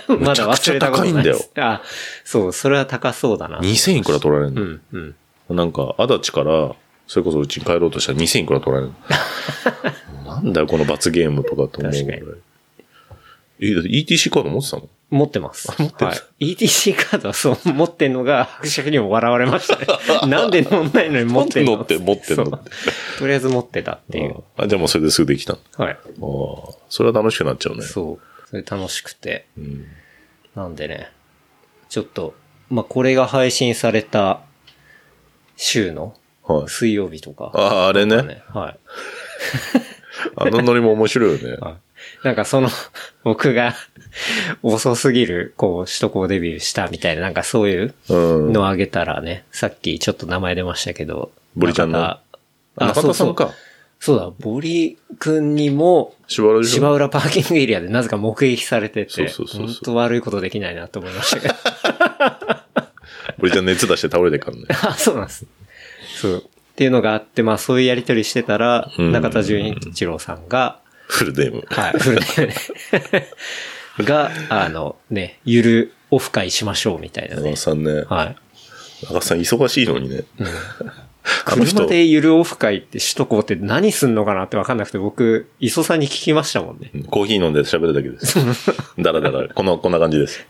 Speaker 3: まだ忘れたことないで
Speaker 2: めちゃ
Speaker 3: す。あ、そう、それは高そうだな。
Speaker 2: 2000いくら取られる
Speaker 3: う
Speaker 2: の、
Speaker 3: ん、うん。
Speaker 2: なんか、足立から、それこそうちに帰ろうとしたら2000いくら取られ るのなんだよ、この罰ゲームとかと思うぐらい
Speaker 3: 確。
Speaker 2: え、だって ETC カード持ってたの
Speaker 3: 持ってます。
Speaker 2: 持ってる
Speaker 3: はい。ETC カードはそう、持ってん のが、伯爵にも笑われましたね。なんで乗んないのに持ってんの
Speaker 2: なんで乗って持ってんのって
Speaker 3: そうとりあえず持ってたっていう。
Speaker 2: あ、じゃあもうそれですぐできたの
Speaker 3: はい。
Speaker 2: ああ、それは楽しくなっちゃうね。
Speaker 3: そう。それ楽しくて。
Speaker 2: うん。
Speaker 3: なんでね。ちょっと、まあ、これが配信された週の
Speaker 2: はい。
Speaker 3: 水曜日とか、
Speaker 2: ああ、あれね。
Speaker 3: ね。はい。
Speaker 2: あのノリも面白 いよね。
Speaker 3: なんかその、 僕が遅すぎる、こう、首都高デビューしたみたいな、なんかそういう
Speaker 2: うん。
Speaker 3: のをあげたらね、さっきちょっと名前出ましたけど。
Speaker 2: ボリちゃんの
Speaker 3: 中田あ、
Speaker 2: 中
Speaker 3: そう
Speaker 2: 田さ。
Speaker 3: そうん
Speaker 2: か。
Speaker 3: そうだ、ボリ君にも、
Speaker 2: しばらくし
Speaker 3: 芝浦パーキングエリアでなぜか目撃されて
Speaker 2: そう
Speaker 3: て、
Speaker 2: そうそうそう
Speaker 3: 本当悪いことできないなと思いましたけど。
Speaker 2: ボリちゃん熱出して倒れてっ からね。
Speaker 3: あ、そうなんです。そう。っていうのがあって、まあそういうやりとりしてたら、
Speaker 2: うん
Speaker 3: 中田純一郎さんが、
Speaker 2: フルデーム。
Speaker 3: はい、フルネームで が、あのね、ゆるオフ会しましょうみたいな
Speaker 2: 中
Speaker 3: ね
Speaker 2: 田。さんね。
Speaker 3: はい。
Speaker 2: 中田さん忙しいのにね。あの
Speaker 3: 車
Speaker 2: 人、
Speaker 3: でゆるオフ会って首都高って何すんのかなってわかんなくて、僕、磯さんに聞きましたもんね。
Speaker 2: うんコーヒー飲んで喋るだけ です。だらだら、この、こんな感じです。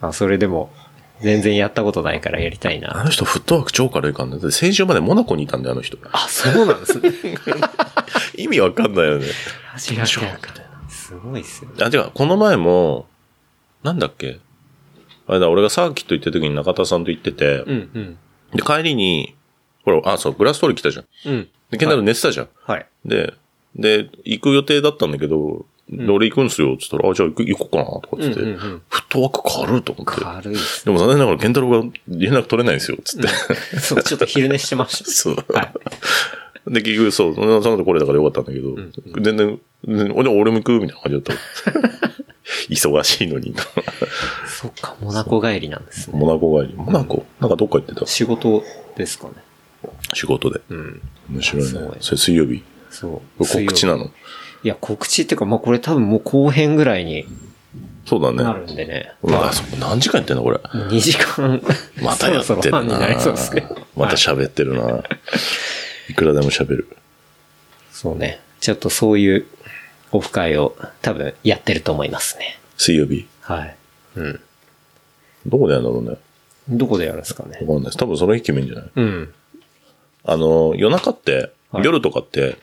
Speaker 3: あ、それでも、全然やったことないからやりたい
Speaker 2: あ
Speaker 3: な。
Speaker 2: の人、フットワーク超軽いからね。だって先週までモナコにいたんだよ、あの人。
Speaker 3: あ、そうなんですね。
Speaker 2: 意味わかんないよね。
Speaker 3: 走らせすごいっすよね。
Speaker 2: あ、違う、この前も、なんだっけあれだ、俺がサーキット行った時に中田さんと行ってて、
Speaker 3: うん、うん。
Speaker 2: で、帰りに、ほら、あ、そう、グラストーリー来たじゃん。
Speaker 3: うん。
Speaker 2: で、ケンタロウ寝てたじゃん。
Speaker 3: はい。
Speaker 2: で、で、行く予定だったんだけど、で俺行くんすよ、つったら、あ、じゃあ行く行こうかな、とかっつって、
Speaker 3: うんうんうん
Speaker 2: フットワーク軽いと思って。
Speaker 3: 軽いっす
Speaker 2: でも残念ながら、ケンタロウが連絡取れないんですよ、つって。
Speaker 3: ね。 そう、ちょっと昼寝してました。
Speaker 2: そう。
Speaker 3: はい
Speaker 2: で、結局、そう、その後これだからよかったんだけど、全然、全然俺俺も行く、みたいな感じだった。 忙しいのに。
Speaker 3: そっか、モナコ帰りなんです ね。
Speaker 2: モナコ帰り。モナコなんかどっか行ってた
Speaker 3: 仕事ですかね。
Speaker 2: 仕事で。
Speaker 3: うん。
Speaker 2: 面白いね
Speaker 3: そう。
Speaker 2: それ水曜日。
Speaker 3: そう。
Speaker 2: これ告知
Speaker 3: 水曜
Speaker 2: なの
Speaker 3: 日いや、告知っていうか、まあこれ多分もう後編ぐらいに
Speaker 2: そうだね。
Speaker 3: なるんでね。
Speaker 2: うわ、そう何時間やってんのこれ。
Speaker 3: もう2時 間。
Speaker 2: またやって
Speaker 3: そろそ
Speaker 2: る
Speaker 3: ろ半にな
Speaker 2: な
Speaker 3: りそうですけど。
Speaker 2: また
Speaker 3: はい
Speaker 2: 喋ってるな。いくらでも喋る。
Speaker 3: そうね。ちょっとそういうオフ会を多分やってると思いますね。
Speaker 2: 水曜日。
Speaker 3: はい。うん。
Speaker 2: どこでやるんだろうね。
Speaker 3: どこでやるんですかね。
Speaker 2: わかんないです。多分その日決めんじゃない
Speaker 3: うん。
Speaker 2: あの、夜中って、
Speaker 3: はい
Speaker 2: 夜とかって、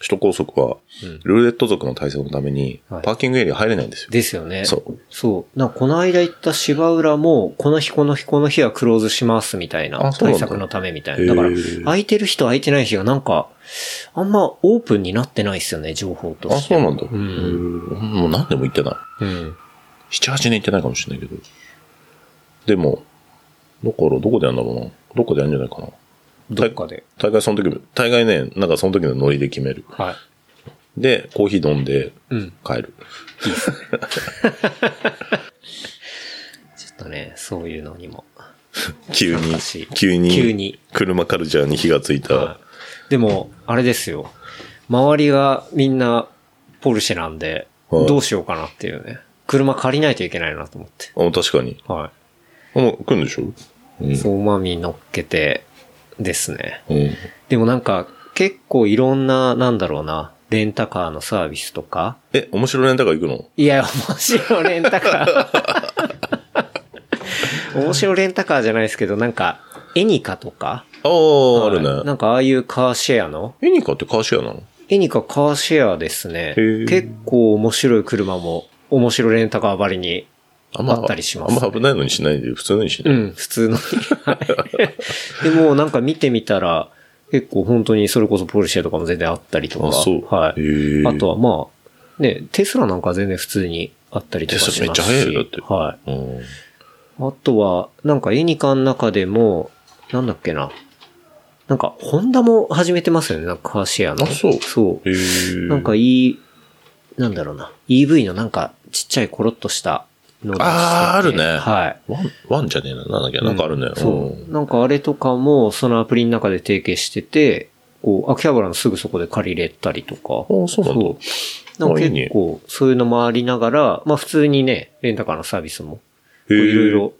Speaker 2: 首都高速は、ルーレット族の対策のために、
Speaker 3: はい
Speaker 2: パーキングエリア入れないんですよ。
Speaker 3: ですよね。
Speaker 2: そう。
Speaker 3: そう。なんかこの間行った芝浦も、この日この日この日はクローズしますみたいな
Speaker 2: あそうなん
Speaker 3: 対
Speaker 2: だ
Speaker 3: 策のためみたいな。だから
Speaker 2: へー、
Speaker 3: 空いてる日と空いてない日がなんか、あんまオープンになってないですよね、情報と
Speaker 2: あ、
Speaker 3: して。
Speaker 2: そうなんだ。
Speaker 3: う
Speaker 2: うんもう何でも行ってない。
Speaker 3: うん。
Speaker 2: 7、8年行ってないかもしれないけど。でも、だからどこでやるんだろうな。どっかでやるんじゃないかな。
Speaker 3: どっかで。
Speaker 2: 大概その時も、大概ね、なんかその時のノリで決める。
Speaker 3: はい。
Speaker 2: で、コーヒー飲んで、
Speaker 3: うん。
Speaker 2: 帰る。
Speaker 3: ちょっとね、そういうのにも。
Speaker 2: 急
Speaker 3: 懐
Speaker 2: に
Speaker 3: かしい、
Speaker 2: 急に、
Speaker 3: 急に
Speaker 2: 車カルチャーに火がついた。
Speaker 3: でも、あれですよ。周りがみんなポルシェなんで、
Speaker 2: はい
Speaker 3: どうしようかなっていうね。車借りないといけないなと思って。
Speaker 2: あ確かに。
Speaker 3: は
Speaker 2: あもう来るんでしょ
Speaker 3: い。そう、まみ乗っけてですね。
Speaker 2: うん。
Speaker 3: でもなんか、結構いろんな、なんだろうな、レンタカーのサービスとか。
Speaker 2: え、面白いレンタカー行くの
Speaker 3: いや、面白いレンタカー。 面白いレンタカーじゃないですけど、なんか、エニカとか。
Speaker 2: ああ、あ
Speaker 3: は
Speaker 2: る
Speaker 3: い
Speaker 2: ね。
Speaker 3: なんかああいうカーシェアの
Speaker 2: エニカってカーシェアなの
Speaker 3: エニカカーシェアですね。
Speaker 2: へえ
Speaker 3: 結構面白い車も、面白いレンタカーばりに。
Speaker 2: あんま
Speaker 3: あったりします
Speaker 2: あんま危ないのにしないで、普通のにし
Speaker 3: う
Speaker 2: ない。
Speaker 3: ん、普通のに。 はいでもなんか見てみたら、結構本当にそれこそポルシェとかも全然あったりとか。
Speaker 2: あ、そう。
Speaker 3: は
Speaker 2: へ
Speaker 3: い。
Speaker 2: え
Speaker 3: あとはまあ、ね、テスラなんかは全然普通にあったりとかしますし。
Speaker 2: テスラめっちゃ早いよだって
Speaker 3: はい。
Speaker 2: うん。
Speaker 3: あとは、なんかエニカの中でも、なんだっけな。なんか、ホンダも始めてますよね、なんかカーシェアの。
Speaker 2: あそう
Speaker 3: そう。
Speaker 2: へえ
Speaker 3: なんかいい、なんだろうな。EV のなんかちっちゃいコロッとしたのを出してて
Speaker 2: あーあるね
Speaker 3: はい。
Speaker 2: ワン、ワンじゃねえな。なんだっけなんかあるね。
Speaker 3: そう。なんかあれとかもそのアプリの中で提携してて、こう、秋葉原のすぐそこで借りれたりとか。
Speaker 2: あそうなんだ
Speaker 3: なん
Speaker 2: あ
Speaker 3: か
Speaker 2: いいね
Speaker 3: 結構、そういうのもありながら、まあ普通にね、レンタカーのサービスも、い
Speaker 2: へえ
Speaker 3: ろいろ、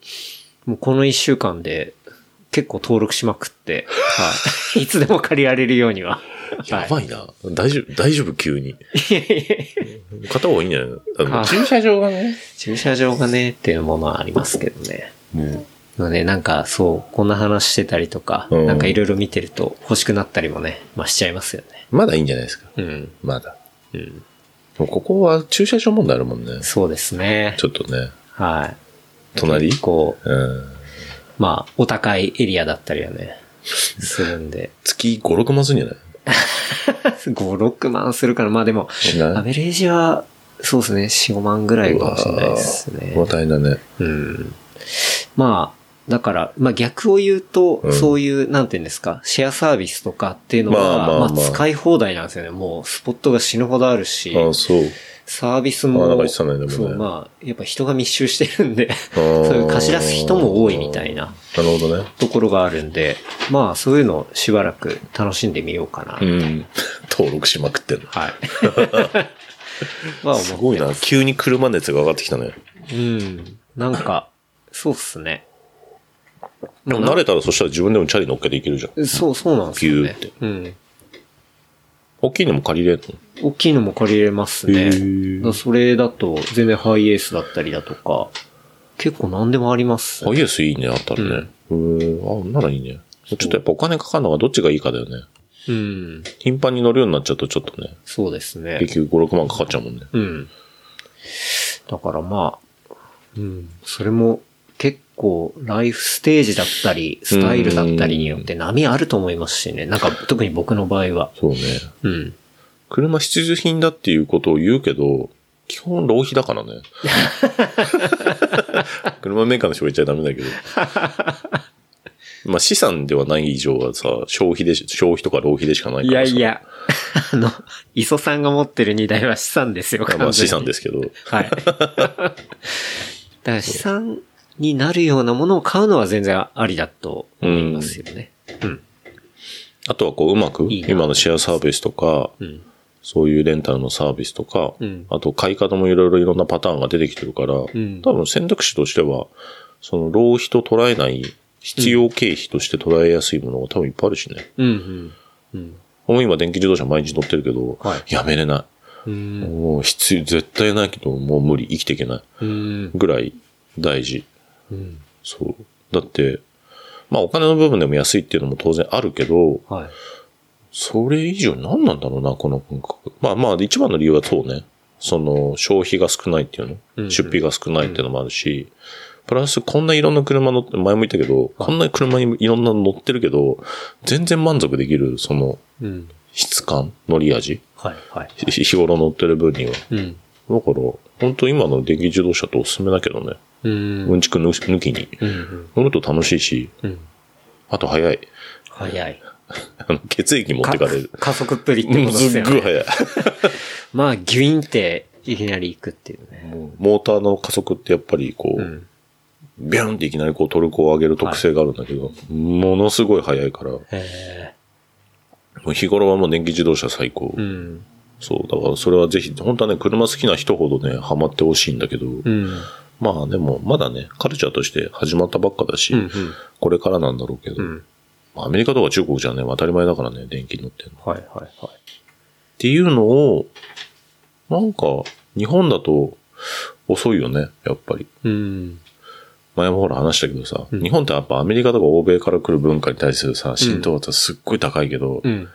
Speaker 3: もうこの一週間で結構登録しまくって、は い。いつでも借りられるようには。
Speaker 2: やばいな。大丈夫、大丈夫、急に。
Speaker 3: いやいや
Speaker 2: 片方がいいんじゃないあの
Speaker 3: はい
Speaker 2: 駐車場がね。
Speaker 3: 駐車場がね、っていうものはありますけどね。のね、なんかそう、こんな話してたりとか、
Speaker 2: うん
Speaker 3: なんかいろいろ見てると欲しくなったりもね、まあしちゃいますよね。
Speaker 2: まだいいんじゃないですか。
Speaker 3: うん。
Speaker 2: まだ。
Speaker 3: うん。
Speaker 2: でもここは駐車場問題あるもんね。
Speaker 3: そうですね
Speaker 2: ち。ょっとね。
Speaker 3: はい。
Speaker 2: 隣
Speaker 3: 結構、
Speaker 2: うん。
Speaker 3: まあ、お高いエリアだったりはね、するんで。
Speaker 2: 月5、6万するんじゃない
Speaker 3: 5、6万するから、まあでも、
Speaker 2: しない
Speaker 3: アベレージは、そうですね、4、5万ぐらいかもしれないですね
Speaker 2: う。わーまあ大変だね。
Speaker 3: うん。まあ、だから、まあ逆を言うと、
Speaker 2: うん
Speaker 3: そういう、なんていうんですか、シェアサービスとかっていうの
Speaker 2: ま
Speaker 3: は、
Speaker 2: あ
Speaker 3: まあ
Speaker 2: まあまあ
Speaker 3: 使い放題なんですよね。もう、スポットが死ぬほどあるし、
Speaker 2: ああ、そう。
Speaker 3: サービス
Speaker 2: あ
Speaker 3: も、
Speaker 2: なんか言ってたねでもね
Speaker 3: そう、まあ、やっぱ人が密集してるんで、
Speaker 2: あー
Speaker 3: そういう貸し出す人も多いみたいな。
Speaker 2: なるほどね。
Speaker 3: ところがあるんで、まあ、そういうのをしばらく楽しんでみようかな。
Speaker 2: うん。登録しまくってんの。
Speaker 3: はい。 まあ、
Speaker 2: す
Speaker 3: 思
Speaker 2: ご
Speaker 3: っ
Speaker 2: い
Speaker 3: て
Speaker 2: な。
Speaker 3: ます。
Speaker 2: 急に車熱が上がってきたね。
Speaker 3: うん。なんか、そうっすね。
Speaker 2: でも慣れたらそしたら自分でもチャリ乗っけていけるじゃん。
Speaker 3: そう、そうなんですよ
Speaker 2: ギュ
Speaker 3: ね
Speaker 2: ーって。
Speaker 3: うん。
Speaker 2: 大きいのも借りれん
Speaker 3: 大きいのも借りれます
Speaker 2: へ
Speaker 3: ね。
Speaker 2: ー
Speaker 3: だからそれだと、全然ハイエースだったりだとか、結構何でもあります、
Speaker 2: のハイエースいいね、あったらね。うん。あ、ならいいね。ちょっとやっぱお金かかるのがどっちがいいかだよね。
Speaker 3: うん。
Speaker 2: 頻繁に乗るようになっちゃうとちょっとね、
Speaker 3: そうですね。
Speaker 2: 結局5、6万かかっちゃうもんね。
Speaker 3: うん。だからまあ、うん、それも結構ライフステージだったり、スタイルだったりによって波あると思いますしね。なんか特に僕の場合は。
Speaker 2: そうね。
Speaker 3: うん。
Speaker 2: 車必需品だっていうことを言うけど、基本浪費だから ね。車メーカーの人が言っちゃダメだけど。まあ資産ではない以上はさ、消費でし、消費とか浪費でしかない
Speaker 3: い
Speaker 2: か
Speaker 3: や
Speaker 2: らさ。
Speaker 3: いや、あの、磯さんが持ってる荷台は資産ですよ、
Speaker 2: まあ資産
Speaker 3: で
Speaker 2: ですけど。
Speaker 3: す。はい。だから資産になるようなものを買うのは全然ありだと思いますよね。うん。
Speaker 2: あとはこううまく、
Speaker 3: いいな
Speaker 2: 今のシェアサービスとか、
Speaker 3: うん。
Speaker 2: そういうレンタルのサービスとか、
Speaker 3: うん
Speaker 2: あと買い方もいろいろいろんなパターンが出てきてるから、
Speaker 3: ん
Speaker 2: 多分選択肢としては、その浪費と捉えない、必要経費として捉えやすいものが多分いっぱいあるしね。
Speaker 3: うん。うん。
Speaker 2: もう今電気自動車毎日乗ってるけど、
Speaker 3: はい
Speaker 2: やめれな
Speaker 3: う
Speaker 2: い。
Speaker 3: ん。
Speaker 2: もう必要、絶対ないけど、もう無理、生きていけない。
Speaker 3: うん。
Speaker 2: ぐらい大事。
Speaker 3: うん。
Speaker 2: そう。だって、まあお金の部分でも安いっていうのも当然あるけど、
Speaker 3: はい。
Speaker 2: それ以上に何なんだろうな、この感覚。まあまあ、一番の理由はそうね。その、消費が少ないっていうの、
Speaker 3: うんうん
Speaker 2: 出費が少ないっていうのもあるし、プラスこんないろんな車乗って、前も言ったけど、こんな車にいろんなの乗ってるけど、全然満足できる、その、
Speaker 3: うん。
Speaker 2: 質感、乗り味。
Speaker 3: はい。はい。
Speaker 2: ひ日頃乗ってる分には。だか
Speaker 3: うん。
Speaker 2: ら、本当今の電気自動車とおすすめだけどね。
Speaker 3: うん
Speaker 2: うんちく抜抜きに。
Speaker 3: うん
Speaker 2: 乗ると楽しいし、
Speaker 3: うん。
Speaker 2: あと早い。
Speaker 3: 早い。
Speaker 2: あの血液持ってかれる。
Speaker 3: 加速っぷりって
Speaker 2: も
Speaker 3: こ
Speaker 2: う
Speaker 3: とです
Speaker 2: すっ
Speaker 3: よ
Speaker 2: ごい
Speaker 3: ね。
Speaker 2: 早い。
Speaker 3: まあ、ギュインって、いきなり行くっていうね。
Speaker 2: モーターの加速ってやっぱりこう、
Speaker 3: うん
Speaker 2: ビャンっていきなりこうトルクを上げる特性があるんだけど、ものすごい速いから、も
Speaker 3: へ
Speaker 2: う日頃はもう電気自動車最高。
Speaker 3: え。うん。
Speaker 2: そう、だからそれはぜひ、本当はね、車好きな人ほどね、ハマってほしいんだけど、
Speaker 3: うん。
Speaker 2: まあでも、まだね、カルチャーとして始まったばっかだし、
Speaker 3: うんうん
Speaker 2: これからなんだろうけど、
Speaker 3: ん
Speaker 2: アメリカとか中国じゃね、当たり前だからね、電気に乗ってんの。っ
Speaker 3: はいはいはい。
Speaker 2: ていうのを、なんか、日本だと遅いよね、やっぱり。
Speaker 3: うん。
Speaker 2: 前もほら話したけどさ、
Speaker 3: うん
Speaker 2: 日本ってやっぱアメリカとか欧米から来る文化に対するさ、浸透率はすっごい高いけど、
Speaker 3: うん。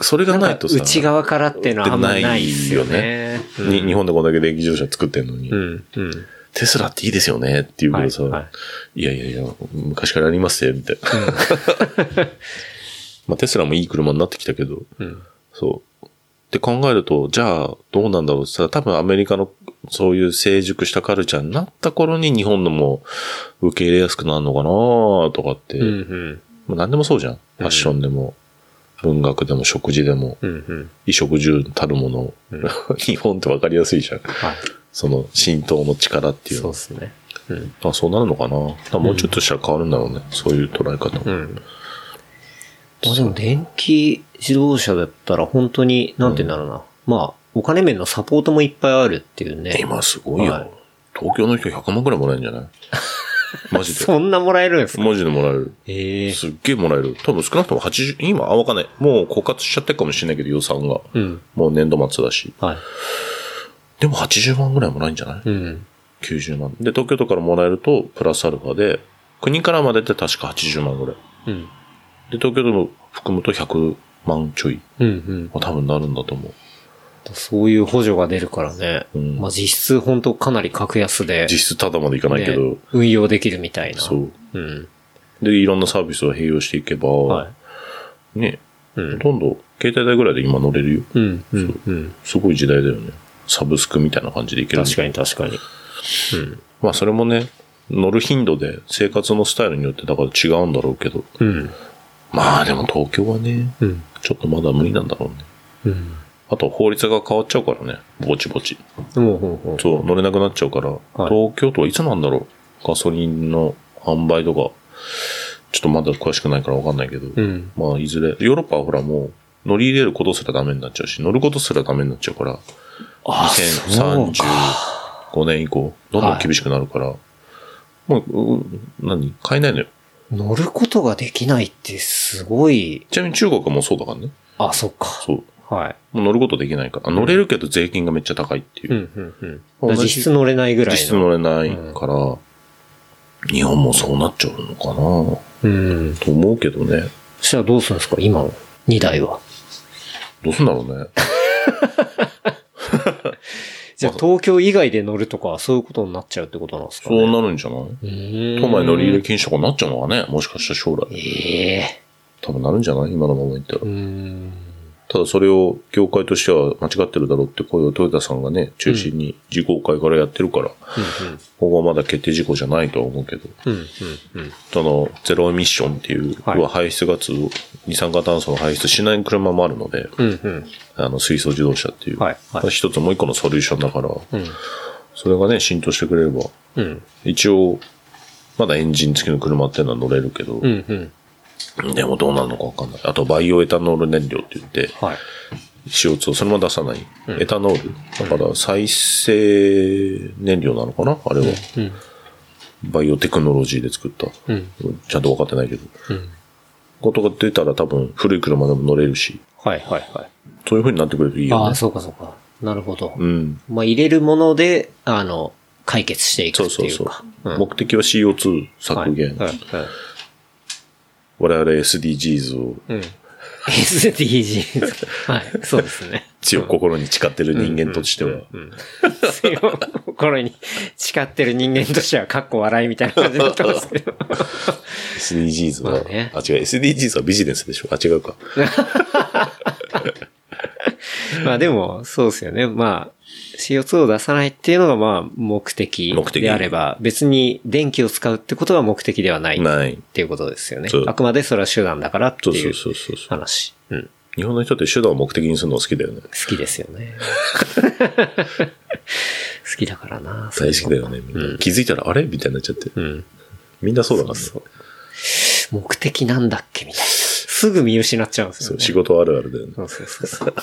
Speaker 2: それがないとさ、
Speaker 3: 内側からっていうのはあんまりないですよね。
Speaker 2: に日本でこんだけ電気自動車作ってんのに、
Speaker 3: うん。うん。
Speaker 2: テスラっていいですよねっていうけどさ、
Speaker 3: はいいはい
Speaker 2: やいやいや、昔からありますよ、みたいな。 まあテスラもいい車になってきたけど、
Speaker 3: うん。
Speaker 2: そう。って考えると、じゃあどうなんだろうってさ、多分アメリカのそういう成熟したカルチャーになった頃に日本のも受け入れやすくなるのかなとかって、
Speaker 3: うんうん。
Speaker 2: もう何でもそうじゃん。ファッションでも、文学でも食事でも、
Speaker 3: うんうん。
Speaker 2: 衣食住たるもの、 日本ってわかりやすいじゃん。
Speaker 3: はい。
Speaker 2: その浸透の力っていう
Speaker 3: そう
Speaker 2: の
Speaker 3: ですね。うん。
Speaker 2: あそうなるのかなだからもうちょっとしたら変わるんだろうね。そういう捉え方も。
Speaker 3: うん。まあでも電気自動車だったら本当に、なんて言うんだろうな。まあ、お金面のサポートもいっぱいあるっていうね。
Speaker 2: 今すごいよ。
Speaker 3: はい
Speaker 2: 東京の人100万くらいもらえるんじゃ ないマジで。
Speaker 3: そんなもらえるんですか
Speaker 2: マジでもらえる。
Speaker 3: ええ
Speaker 2: すっげえもらえる。多分少なくとも80、今、あ、わかんない。もう枯渇しちゃってるかもしれないけど、予算が。
Speaker 3: うん。
Speaker 2: もう年度末だし。
Speaker 3: はい。
Speaker 2: でも80万ぐらいもらえるんじゃない、
Speaker 3: うん。
Speaker 2: ?90 万。で、東京都からもらえると、プラスアルファで、国からまでって確か80万ぐらい。
Speaker 3: うん。
Speaker 2: で、東京都も含むと100万ちょい。
Speaker 3: うんうん。
Speaker 2: まあ、多分なるんだと思う。
Speaker 3: そういう補助が出るからね。
Speaker 2: うん
Speaker 3: まあ実質本当かなり格安で、
Speaker 2: 実質ただまでいかないけど、
Speaker 3: ね運用できるみたいな。
Speaker 2: そう。
Speaker 3: うん。
Speaker 2: で、いろんなサービスを併用していけば、
Speaker 3: はい。
Speaker 2: ね、
Speaker 3: うん
Speaker 2: ほとんど携帯代ぐらいで今乗れるよ。
Speaker 3: うん。うん。うん。
Speaker 2: すごい時代だよね。サブスクみたいな感じでいけるんで
Speaker 3: 確かに確かに。
Speaker 2: まあそれもね、乗る頻度で生活のスタイルによってだから違うんだろうけど。
Speaker 3: うん。
Speaker 2: まあでも東京はね、
Speaker 3: うん。
Speaker 2: ちょっとまだ無理なんだろうね。
Speaker 3: うん。
Speaker 2: あと法律が変わっちゃうからね、ぼちぼち。
Speaker 3: ほうほうほう。
Speaker 2: そう、乗れなくなっちゃうから、
Speaker 3: い
Speaker 2: 東京都はいつなんだろう。ガソリンの販売とか、ちょっとまだ詳しくないからわかんないけど、
Speaker 3: うん。
Speaker 2: まあいずれ、ヨーロッパはほらもう、乗り入れることすらダメになっちゃうし、乗ることすらダメになっちゃうから、
Speaker 3: あそうか。
Speaker 2: 2035年以降、どんどん厳しくなるから、もう、う何買えないのよ。
Speaker 3: 乗ることができないってすごい、
Speaker 2: ちなみに中国はもうそうだからね。
Speaker 3: あ、そっか。
Speaker 2: そう。
Speaker 3: はい。
Speaker 2: もう乗ることできないから。あ乗れるけど税金がめっちゃ高いっていうう。
Speaker 3: ん、うん、うん。だか
Speaker 2: 同
Speaker 3: ら
Speaker 2: じ
Speaker 3: 実質乗れないぐらい
Speaker 2: 実
Speaker 3: の。
Speaker 2: 質乗れないから、日本もそうなっちゃうのかな
Speaker 3: うん。
Speaker 2: と思うけどね。
Speaker 3: そしたらどうするんですか今の2台は。
Speaker 2: どうすんだろうね。
Speaker 3: じゃあ東京以外で乗るとか、そういうことになっちゃうってことなんですか
Speaker 2: そう
Speaker 3: ね。
Speaker 2: なるんじゃない
Speaker 3: うん
Speaker 2: 都内乗り入れ禁止とかになっちゃうのかねもしかしたら将来。
Speaker 3: ええ
Speaker 2: 多分なるんじゃない今のままいったら
Speaker 3: う。ん。
Speaker 2: ただそれを業界としては間違ってるだろうって声をトヨタさんがね、中心に自公会からやってるから、ここはまだ決定事項じゃないとは思うけど、
Speaker 3: うん、うん、うん。
Speaker 2: そのゼロエミッションっていう、
Speaker 3: はい
Speaker 2: 要は排出ガスを、二酸化炭素を排出しない車もあるので、
Speaker 3: うん、うん。
Speaker 2: あの水素自動車っていう、
Speaker 3: はいはい
Speaker 2: 一つもう一個のソリューションだから、
Speaker 3: うん、
Speaker 2: それがね、浸透してくれれば、
Speaker 3: うん、
Speaker 2: 一応、まだエンジン付きの車っていうのは乗れるけど、
Speaker 3: うん、うん。
Speaker 2: でもどうなるのかわかんない。あと、バイオエタノール燃料って言って、
Speaker 3: はい。
Speaker 2: CO2 をそのまま出さない。エタノール。だから再生燃料なのかなあれは。
Speaker 3: うん、
Speaker 2: バイオテクノロジーで作った。
Speaker 3: うん、
Speaker 2: ちゃんと分かってないけど。
Speaker 3: うん。
Speaker 2: ことが出たら多分古い車でも乗れるし、
Speaker 3: はい、はい、はい。
Speaker 2: そういう風になってくれるといい
Speaker 3: あ
Speaker 2: よ
Speaker 3: あ、
Speaker 2: ね。
Speaker 3: そうか、そうか。なるほど。
Speaker 2: うん。
Speaker 3: まあ、入れるもので、あの、解決していく
Speaker 2: そ
Speaker 3: っ
Speaker 2: う
Speaker 3: て
Speaker 2: そう
Speaker 3: い
Speaker 2: そうう
Speaker 3: か。ん。
Speaker 2: 目的は CO2 削減。
Speaker 3: はいはいはい
Speaker 2: 我々 SDGs を
Speaker 3: うん。SDGs。はい、そうで すね。
Speaker 2: 強く心に誓ってる人間としては。
Speaker 3: うん。強い心に誓ってる人間としては、かっこ笑いみたいな感じになってます けど。
Speaker 2: SDGs は、
Speaker 3: まあね
Speaker 2: あ、違う、SDGs はビジネスでしょあ、違うか。
Speaker 3: まあでも、そうですよね。まあ、CO2 を出さないっていうのが、まあ、目的
Speaker 2: 目的
Speaker 3: であれば、別に電気を使うってことは目的ではないっ
Speaker 2: ない。
Speaker 3: ていうことですよね
Speaker 2: そう。
Speaker 3: あくまでそれは手段だからって
Speaker 2: そうそ
Speaker 3: いう
Speaker 2: うそうそう。
Speaker 3: 話。うん。
Speaker 2: 日本の人って手段を目的にするの好きだよね。
Speaker 3: 好きですよ ね。好きだからな。
Speaker 2: 大好きだよね。みんな気づいたら、あれみたいになっちゃって。
Speaker 3: うん。
Speaker 2: みんなそうだからね。
Speaker 3: そ
Speaker 2: そう
Speaker 3: そう。目的なんだっけみたいな。すぐ見失っちゃうんですよ
Speaker 2: う、
Speaker 3: ね。
Speaker 2: 仕事あるあるだよね。
Speaker 3: そうそうそうそう。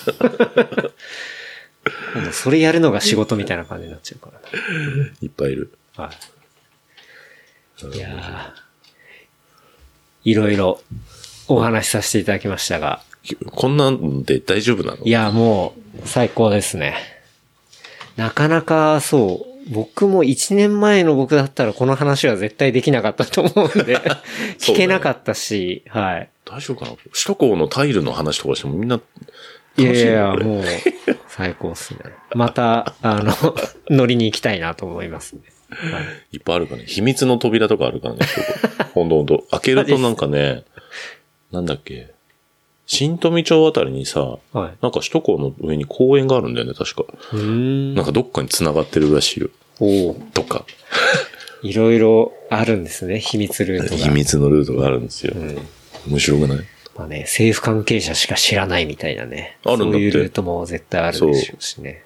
Speaker 3: 今度それやるのが仕事みたいな感じになっちゃうからね。
Speaker 2: いっぱいいる。
Speaker 3: はい。いやーいろいろお話しさせていただきましたが、
Speaker 2: こんなんで大丈夫なの
Speaker 3: いや、もう、最高ですね。なかなか、そう、僕も1年前の僕だったらこの話は絶対できなかったと思 うんで、聞けなかったし、はい。
Speaker 2: 大丈夫かな首都高のタイルの話とかしてもみんな、
Speaker 3: いや
Speaker 2: 楽し
Speaker 3: い
Speaker 2: いね
Speaker 3: や、
Speaker 2: これ
Speaker 3: もう、最高ですね。また、あの、 乗りに行きたいなと思いますね。はい
Speaker 2: いっぱいあるからね。秘密の扉とかあるからね、首 都高ほんとほんと。開けるとなんかね、なんだっけ。新富町あたりにさ、
Speaker 3: はい。
Speaker 2: なんか首都高の上に公園があるんだよね、確か。
Speaker 3: うー
Speaker 2: なん
Speaker 3: ん。
Speaker 2: かどっかに繋がってるらしいよ。
Speaker 3: おう
Speaker 2: とか。
Speaker 3: いろいろあるんですね、秘密ルートが。
Speaker 2: 秘密のルートがあるんですよ。面白くない
Speaker 3: まあね、政府関係者しか知らないみたいなね。
Speaker 2: あるんだって
Speaker 3: そういうルートも絶対あるでしょうしね。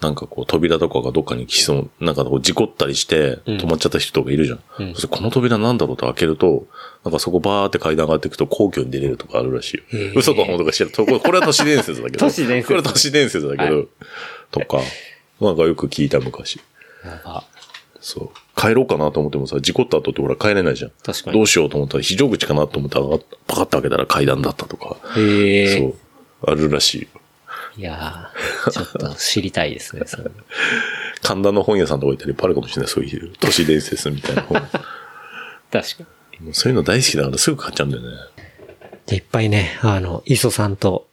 Speaker 2: なんかこう扉とかがどっかに来そう、なんかこう事故ったりして
Speaker 3: うん
Speaker 2: 止まっちゃった人がいるじゃん。
Speaker 3: うん
Speaker 2: そしてこの扉なんだろうと開けると、なんかそこバーって階段上がっていくと皇居に出れるとかあるらしいよ。嘘か本当か知らん。これこれは都市伝説だけど。
Speaker 3: 都市伝説
Speaker 2: これは都市伝説だけど。とか、なんかよく聞いた昔。
Speaker 3: やば。
Speaker 2: そう。帰ろうかなと思ってもさ、事故った後ってほら帰れないじゃん。
Speaker 3: 確かに
Speaker 2: どうしようと思ったら、非常口かなと思ったら、パカッと開けたら階段だったとか。
Speaker 3: へえ。
Speaker 2: そう。あるらしいよ。
Speaker 3: いやーちょっと知りたいですね、それ
Speaker 2: 神田の本屋さんとか行ったらいっぱいあるかもしれない。そういう都市伝説みたいな本。
Speaker 3: 確かに。
Speaker 2: もうそういうの大好きだからすぐ買っちゃうんだよね。
Speaker 3: でいっぱいね、あの、磯さんと、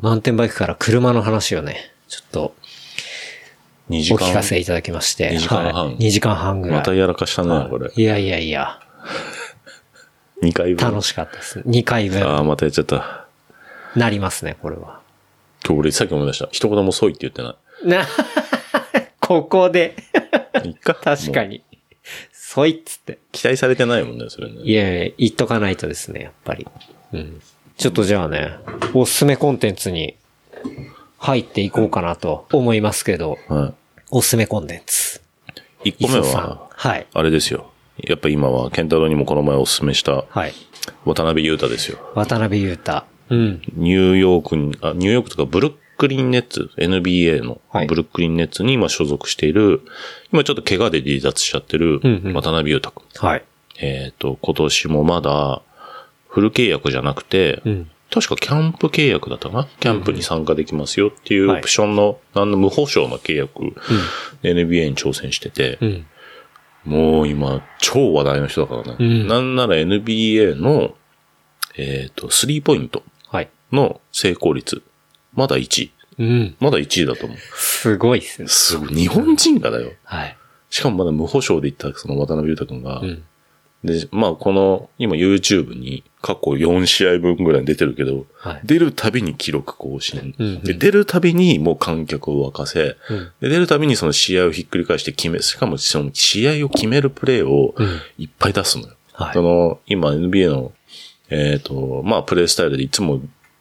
Speaker 3: マウンテンバイクから車の話をね、ちょっと
Speaker 2: 2時
Speaker 3: お
Speaker 2: 間。
Speaker 3: 聞かせいただきまして。
Speaker 2: 二時間半
Speaker 3: はい、2時間半ぐらい。
Speaker 2: またやらかしたな、
Speaker 3: はい
Speaker 2: これ。
Speaker 3: いやいやいや、
Speaker 2: 2回分。
Speaker 3: 楽しかったです。2回
Speaker 2: あ
Speaker 3: 分、
Speaker 2: あ、またやっちゃった。
Speaker 3: なりますね、これは。
Speaker 2: 今日俺さっき思い出した。一言も遅いって言ってな
Speaker 3: な、こ こで、
Speaker 2: い。いっか。
Speaker 3: 確か
Speaker 2: もう。
Speaker 3: に。そいっつって。
Speaker 2: 期待されてないもんね、それね。
Speaker 3: いやいや、言っとかないとですね、やっぱり。うん。ちょっとじゃあね、おすすめコンテンツに入っていこうかなと思いますけど、
Speaker 2: は
Speaker 3: おすすめコンテンツ。
Speaker 2: い。1
Speaker 3: い
Speaker 2: 個目
Speaker 3: そさ
Speaker 2: は
Speaker 3: ん。、はい。
Speaker 2: あれですよ。やっぱ今は、ケンタロウにもこの前お勧めした、
Speaker 3: はい。
Speaker 2: 渡辺裕太ですよ。
Speaker 3: 渡辺裕太。うん。
Speaker 2: ニューヨークに、あ、ニューヨークとかブルックリンネッツ、NBA の
Speaker 3: はい
Speaker 2: ブルックリンネッツに今所属している、今ちょっと怪我で離脱しちゃってる
Speaker 3: うんうん
Speaker 2: 渡辺裕太君。
Speaker 3: はい。
Speaker 2: えっ、と、今年もまだフル契約じゃなくて、
Speaker 3: うん。
Speaker 2: 確かキャンプ契約だったかなキャンプに参加できますよっていう
Speaker 3: はい
Speaker 2: オプションの、なんの無保証の契約で NBA に挑戦してて
Speaker 3: う、ん。
Speaker 2: もう今超話題の人だからね。
Speaker 3: うん
Speaker 2: なんなら NBA の、えっ、と、スリーポイント。
Speaker 3: はい。
Speaker 2: の成功率。まだ1位。
Speaker 3: うん。
Speaker 2: まだ1位だと思う。
Speaker 3: すごいっすね。
Speaker 2: すごい。日本人がだよ。
Speaker 3: はい。
Speaker 2: しかもまだ無保証で言ったその渡辺裕太君が、
Speaker 3: うん。
Speaker 2: で、まあこの、今 YouTube に過去4試合分ぐらい出てるけど、
Speaker 3: はい。
Speaker 2: 出るたびに記録更新。
Speaker 3: うんうん
Speaker 2: で出るたびにもう観客を沸かせ、
Speaker 3: うん。
Speaker 2: で出るたびにその試合をひっくり返して決め、しかもその試合を決めるプレーを
Speaker 3: うん。
Speaker 2: いっぱい出すのよ。
Speaker 3: はい
Speaker 2: そ。の、今 NBA の、えっ、と、まあ、プレイスタイルでいつも、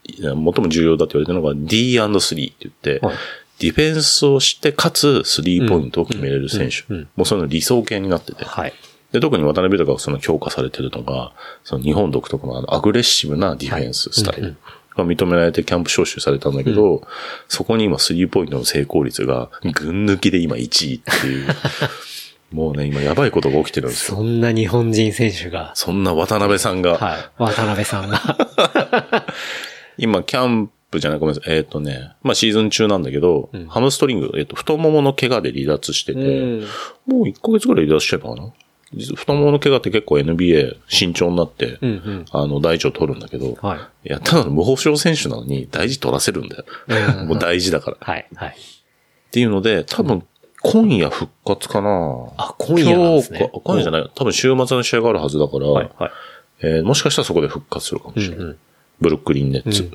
Speaker 2: いや最も重要だって言われてるのが D&3 って言って、
Speaker 3: はい
Speaker 2: ディフェンスをして、かつ、スリーポイントを決めれる選手。
Speaker 3: うんうんうん
Speaker 2: もうそういうの理想形になってて。
Speaker 3: はい。
Speaker 2: で、特に渡辺とかがその評価されてるのが、その日本独特のあのアグレッシブなディフェンススタイ
Speaker 3: うんう
Speaker 2: ルが認められてキャンプ招集されたんだけど、そこに今スリーポイントの成功率が、群抜きで今1位って いう、もうね、今やばいことが起きてるんですよ。
Speaker 3: そんな日本人選手が、
Speaker 2: そんな渡辺さんが、
Speaker 3: はい。渡辺さんが。
Speaker 2: 今、キャンプじゃない、ごめんなさい。えっ、とね、まあシーズン中なんだけど、
Speaker 3: ん
Speaker 2: ハムストリング、えっ、と、太ももの怪我で離脱してて、もう1ヶ月ぐらい離脱してたかな。実太ももの怪我って結構 NBA 慎重になって、
Speaker 3: うんうん。
Speaker 2: あの、大事を取るんだけど、
Speaker 3: はい。
Speaker 2: いや、ただの無保証選手なのに大事取らせるんだよ。 もう大事だから。っ
Speaker 3: はい。はい。
Speaker 2: ていうので、多分、今夜復活かな
Speaker 3: あ、今夜なんです
Speaker 2: 今
Speaker 3: ね
Speaker 2: 日。か今夜じゃ
Speaker 3: ない。
Speaker 2: ない。多分週末の試合があるはずだから、
Speaker 3: はい。はい。
Speaker 2: えーもしかしたらそこで復活するかもしれない。
Speaker 3: うんうん
Speaker 2: ブルックリンネッツ。
Speaker 3: うん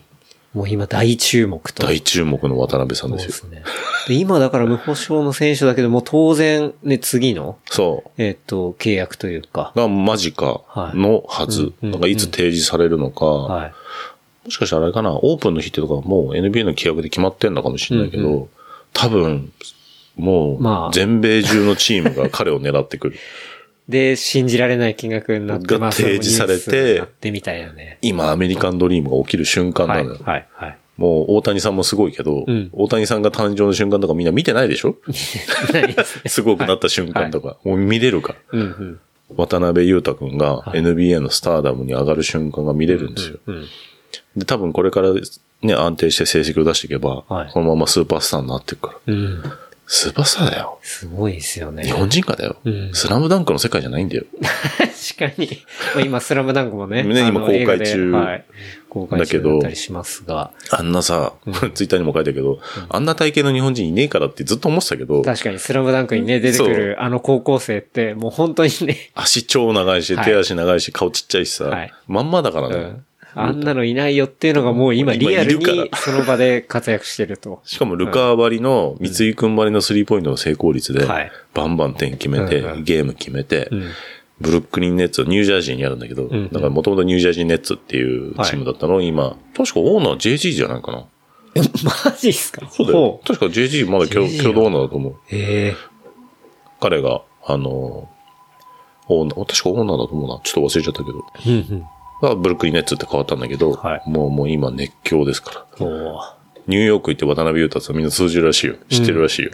Speaker 3: もう今大注目と。
Speaker 2: 大注目の渡辺さんですよ。
Speaker 3: そうですね。で今だから無保証の選手だけども、当然ね、次の、
Speaker 2: そ
Speaker 3: えっ、と、契約というか
Speaker 2: う。、が間近のはず。
Speaker 3: はいうん
Speaker 2: なんかいつ提示されるのか、
Speaker 3: はい。
Speaker 2: もしかしたらあれかな、オープンの日ってとかもう NBA の規約で決まってんのかもしれないけど、
Speaker 3: うん
Speaker 2: 多分、も
Speaker 3: まあ
Speaker 2: う全米中のチームが彼を狙ってく る。
Speaker 3: で、信じられない金額になって、
Speaker 2: が提示されて
Speaker 3: それもニュースになってみたいなね。
Speaker 2: 今アメリカンドリームが起きる瞬間
Speaker 3: は、
Speaker 2: ないのよ。
Speaker 3: はい、 はい。
Speaker 2: もう大谷さんもすごいけど、
Speaker 3: うん
Speaker 2: 大谷さんが誕生の瞬間とかみんな見てないで しょ
Speaker 3: ないですね。
Speaker 2: すごくなった瞬間とか。もう見れるから。
Speaker 3: うん、うん。
Speaker 2: 渡辺裕太くんが
Speaker 3: い
Speaker 2: NBA のスターダムに上がる瞬間が見れるんですよ。
Speaker 3: うん。
Speaker 2: で、多分これからね、安定して成績を出していけば、
Speaker 3: はい
Speaker 2: このままスーパースターになっていくから。
Speaker 3: うん。
Speaker 2: スーパースターだよ。
Speaker 3: すごいですよね。
Speaker 2: 日本人かだよ。
Speaker 3: うん
Speaker 2: スラムダンクの世界じゃないんだよ。
Speaker 3: 確かに。まあ今、スラムダンクもね。
Speaker 2: ね今
Speaker 3: あの
Speaker 2: 公開
Speaker 3: 映画で
Speaker 2: 中
Speaker 3: はい。公開中だったりしますが。
Speaker 2: あんなさ、ツイッターにも書いたけど、あんな体型の日本人いねえからってずっと思ってたけど、
Speaker 3: 確かに、スラムダンクにね、出てくるあの高校生って、もう本当にね、
Speaker 2: 足超長いし、
Speaker 3: はい
Speaker 2: 手足長いし、顔ちっちゃいしさ、
Speaker 3: はい
Speaker 2: まんまだからね。
Speaker 3: うんあんなのいないよっていうのがもう今
Speaker 2: 今
Speaker 3: リアル
Speaker 2: いる
Speaker 3: に
Speaker 2: か
Speaker 3: その場で活躍してると。
Speaker 2: しかもルカーバリの、三井くんバリのスリーポイントの成功率で、
Speaker 3: はい
Speaker 2: バンバン点決めて、
Speaker 3: うんうん
Speaker 2: ゲーム決めて、
Speaker 3: うん。
Speaker 2: ブルックリンネッツ、ニュージャージーにあるんだけど、
Speaker 3: んうん
Speaker 2: だからもともとニュージャージーネッツっていうチームだったのを今、確かオーナー JG じゃないかな。
Speaker 3: え、マジっすか
Speaker 2: そうだよ
Speaker 3: ほ。
Speaker 2: 確か JG まだ共
Speaker 3: JG
Speaker 2: 共同オーナーだと思う。
Speaker 3: へえ
Speaker 2: 彼が、あの、オーナー、確かオーナーだと思うな。ちょっと忘れちゃったけど。
Speaker 3: うん
Speaker 2: がブルックリンネッツって変わったんだけど、
Speaker 3: はい
Speaker 2: もうもう今熱狂ですから。
Speaker 3: うん。おー
Speaker 2: ニューヨーク行って渡辺裕太さんみんな通じるらしいよ。知ってるらしいよ。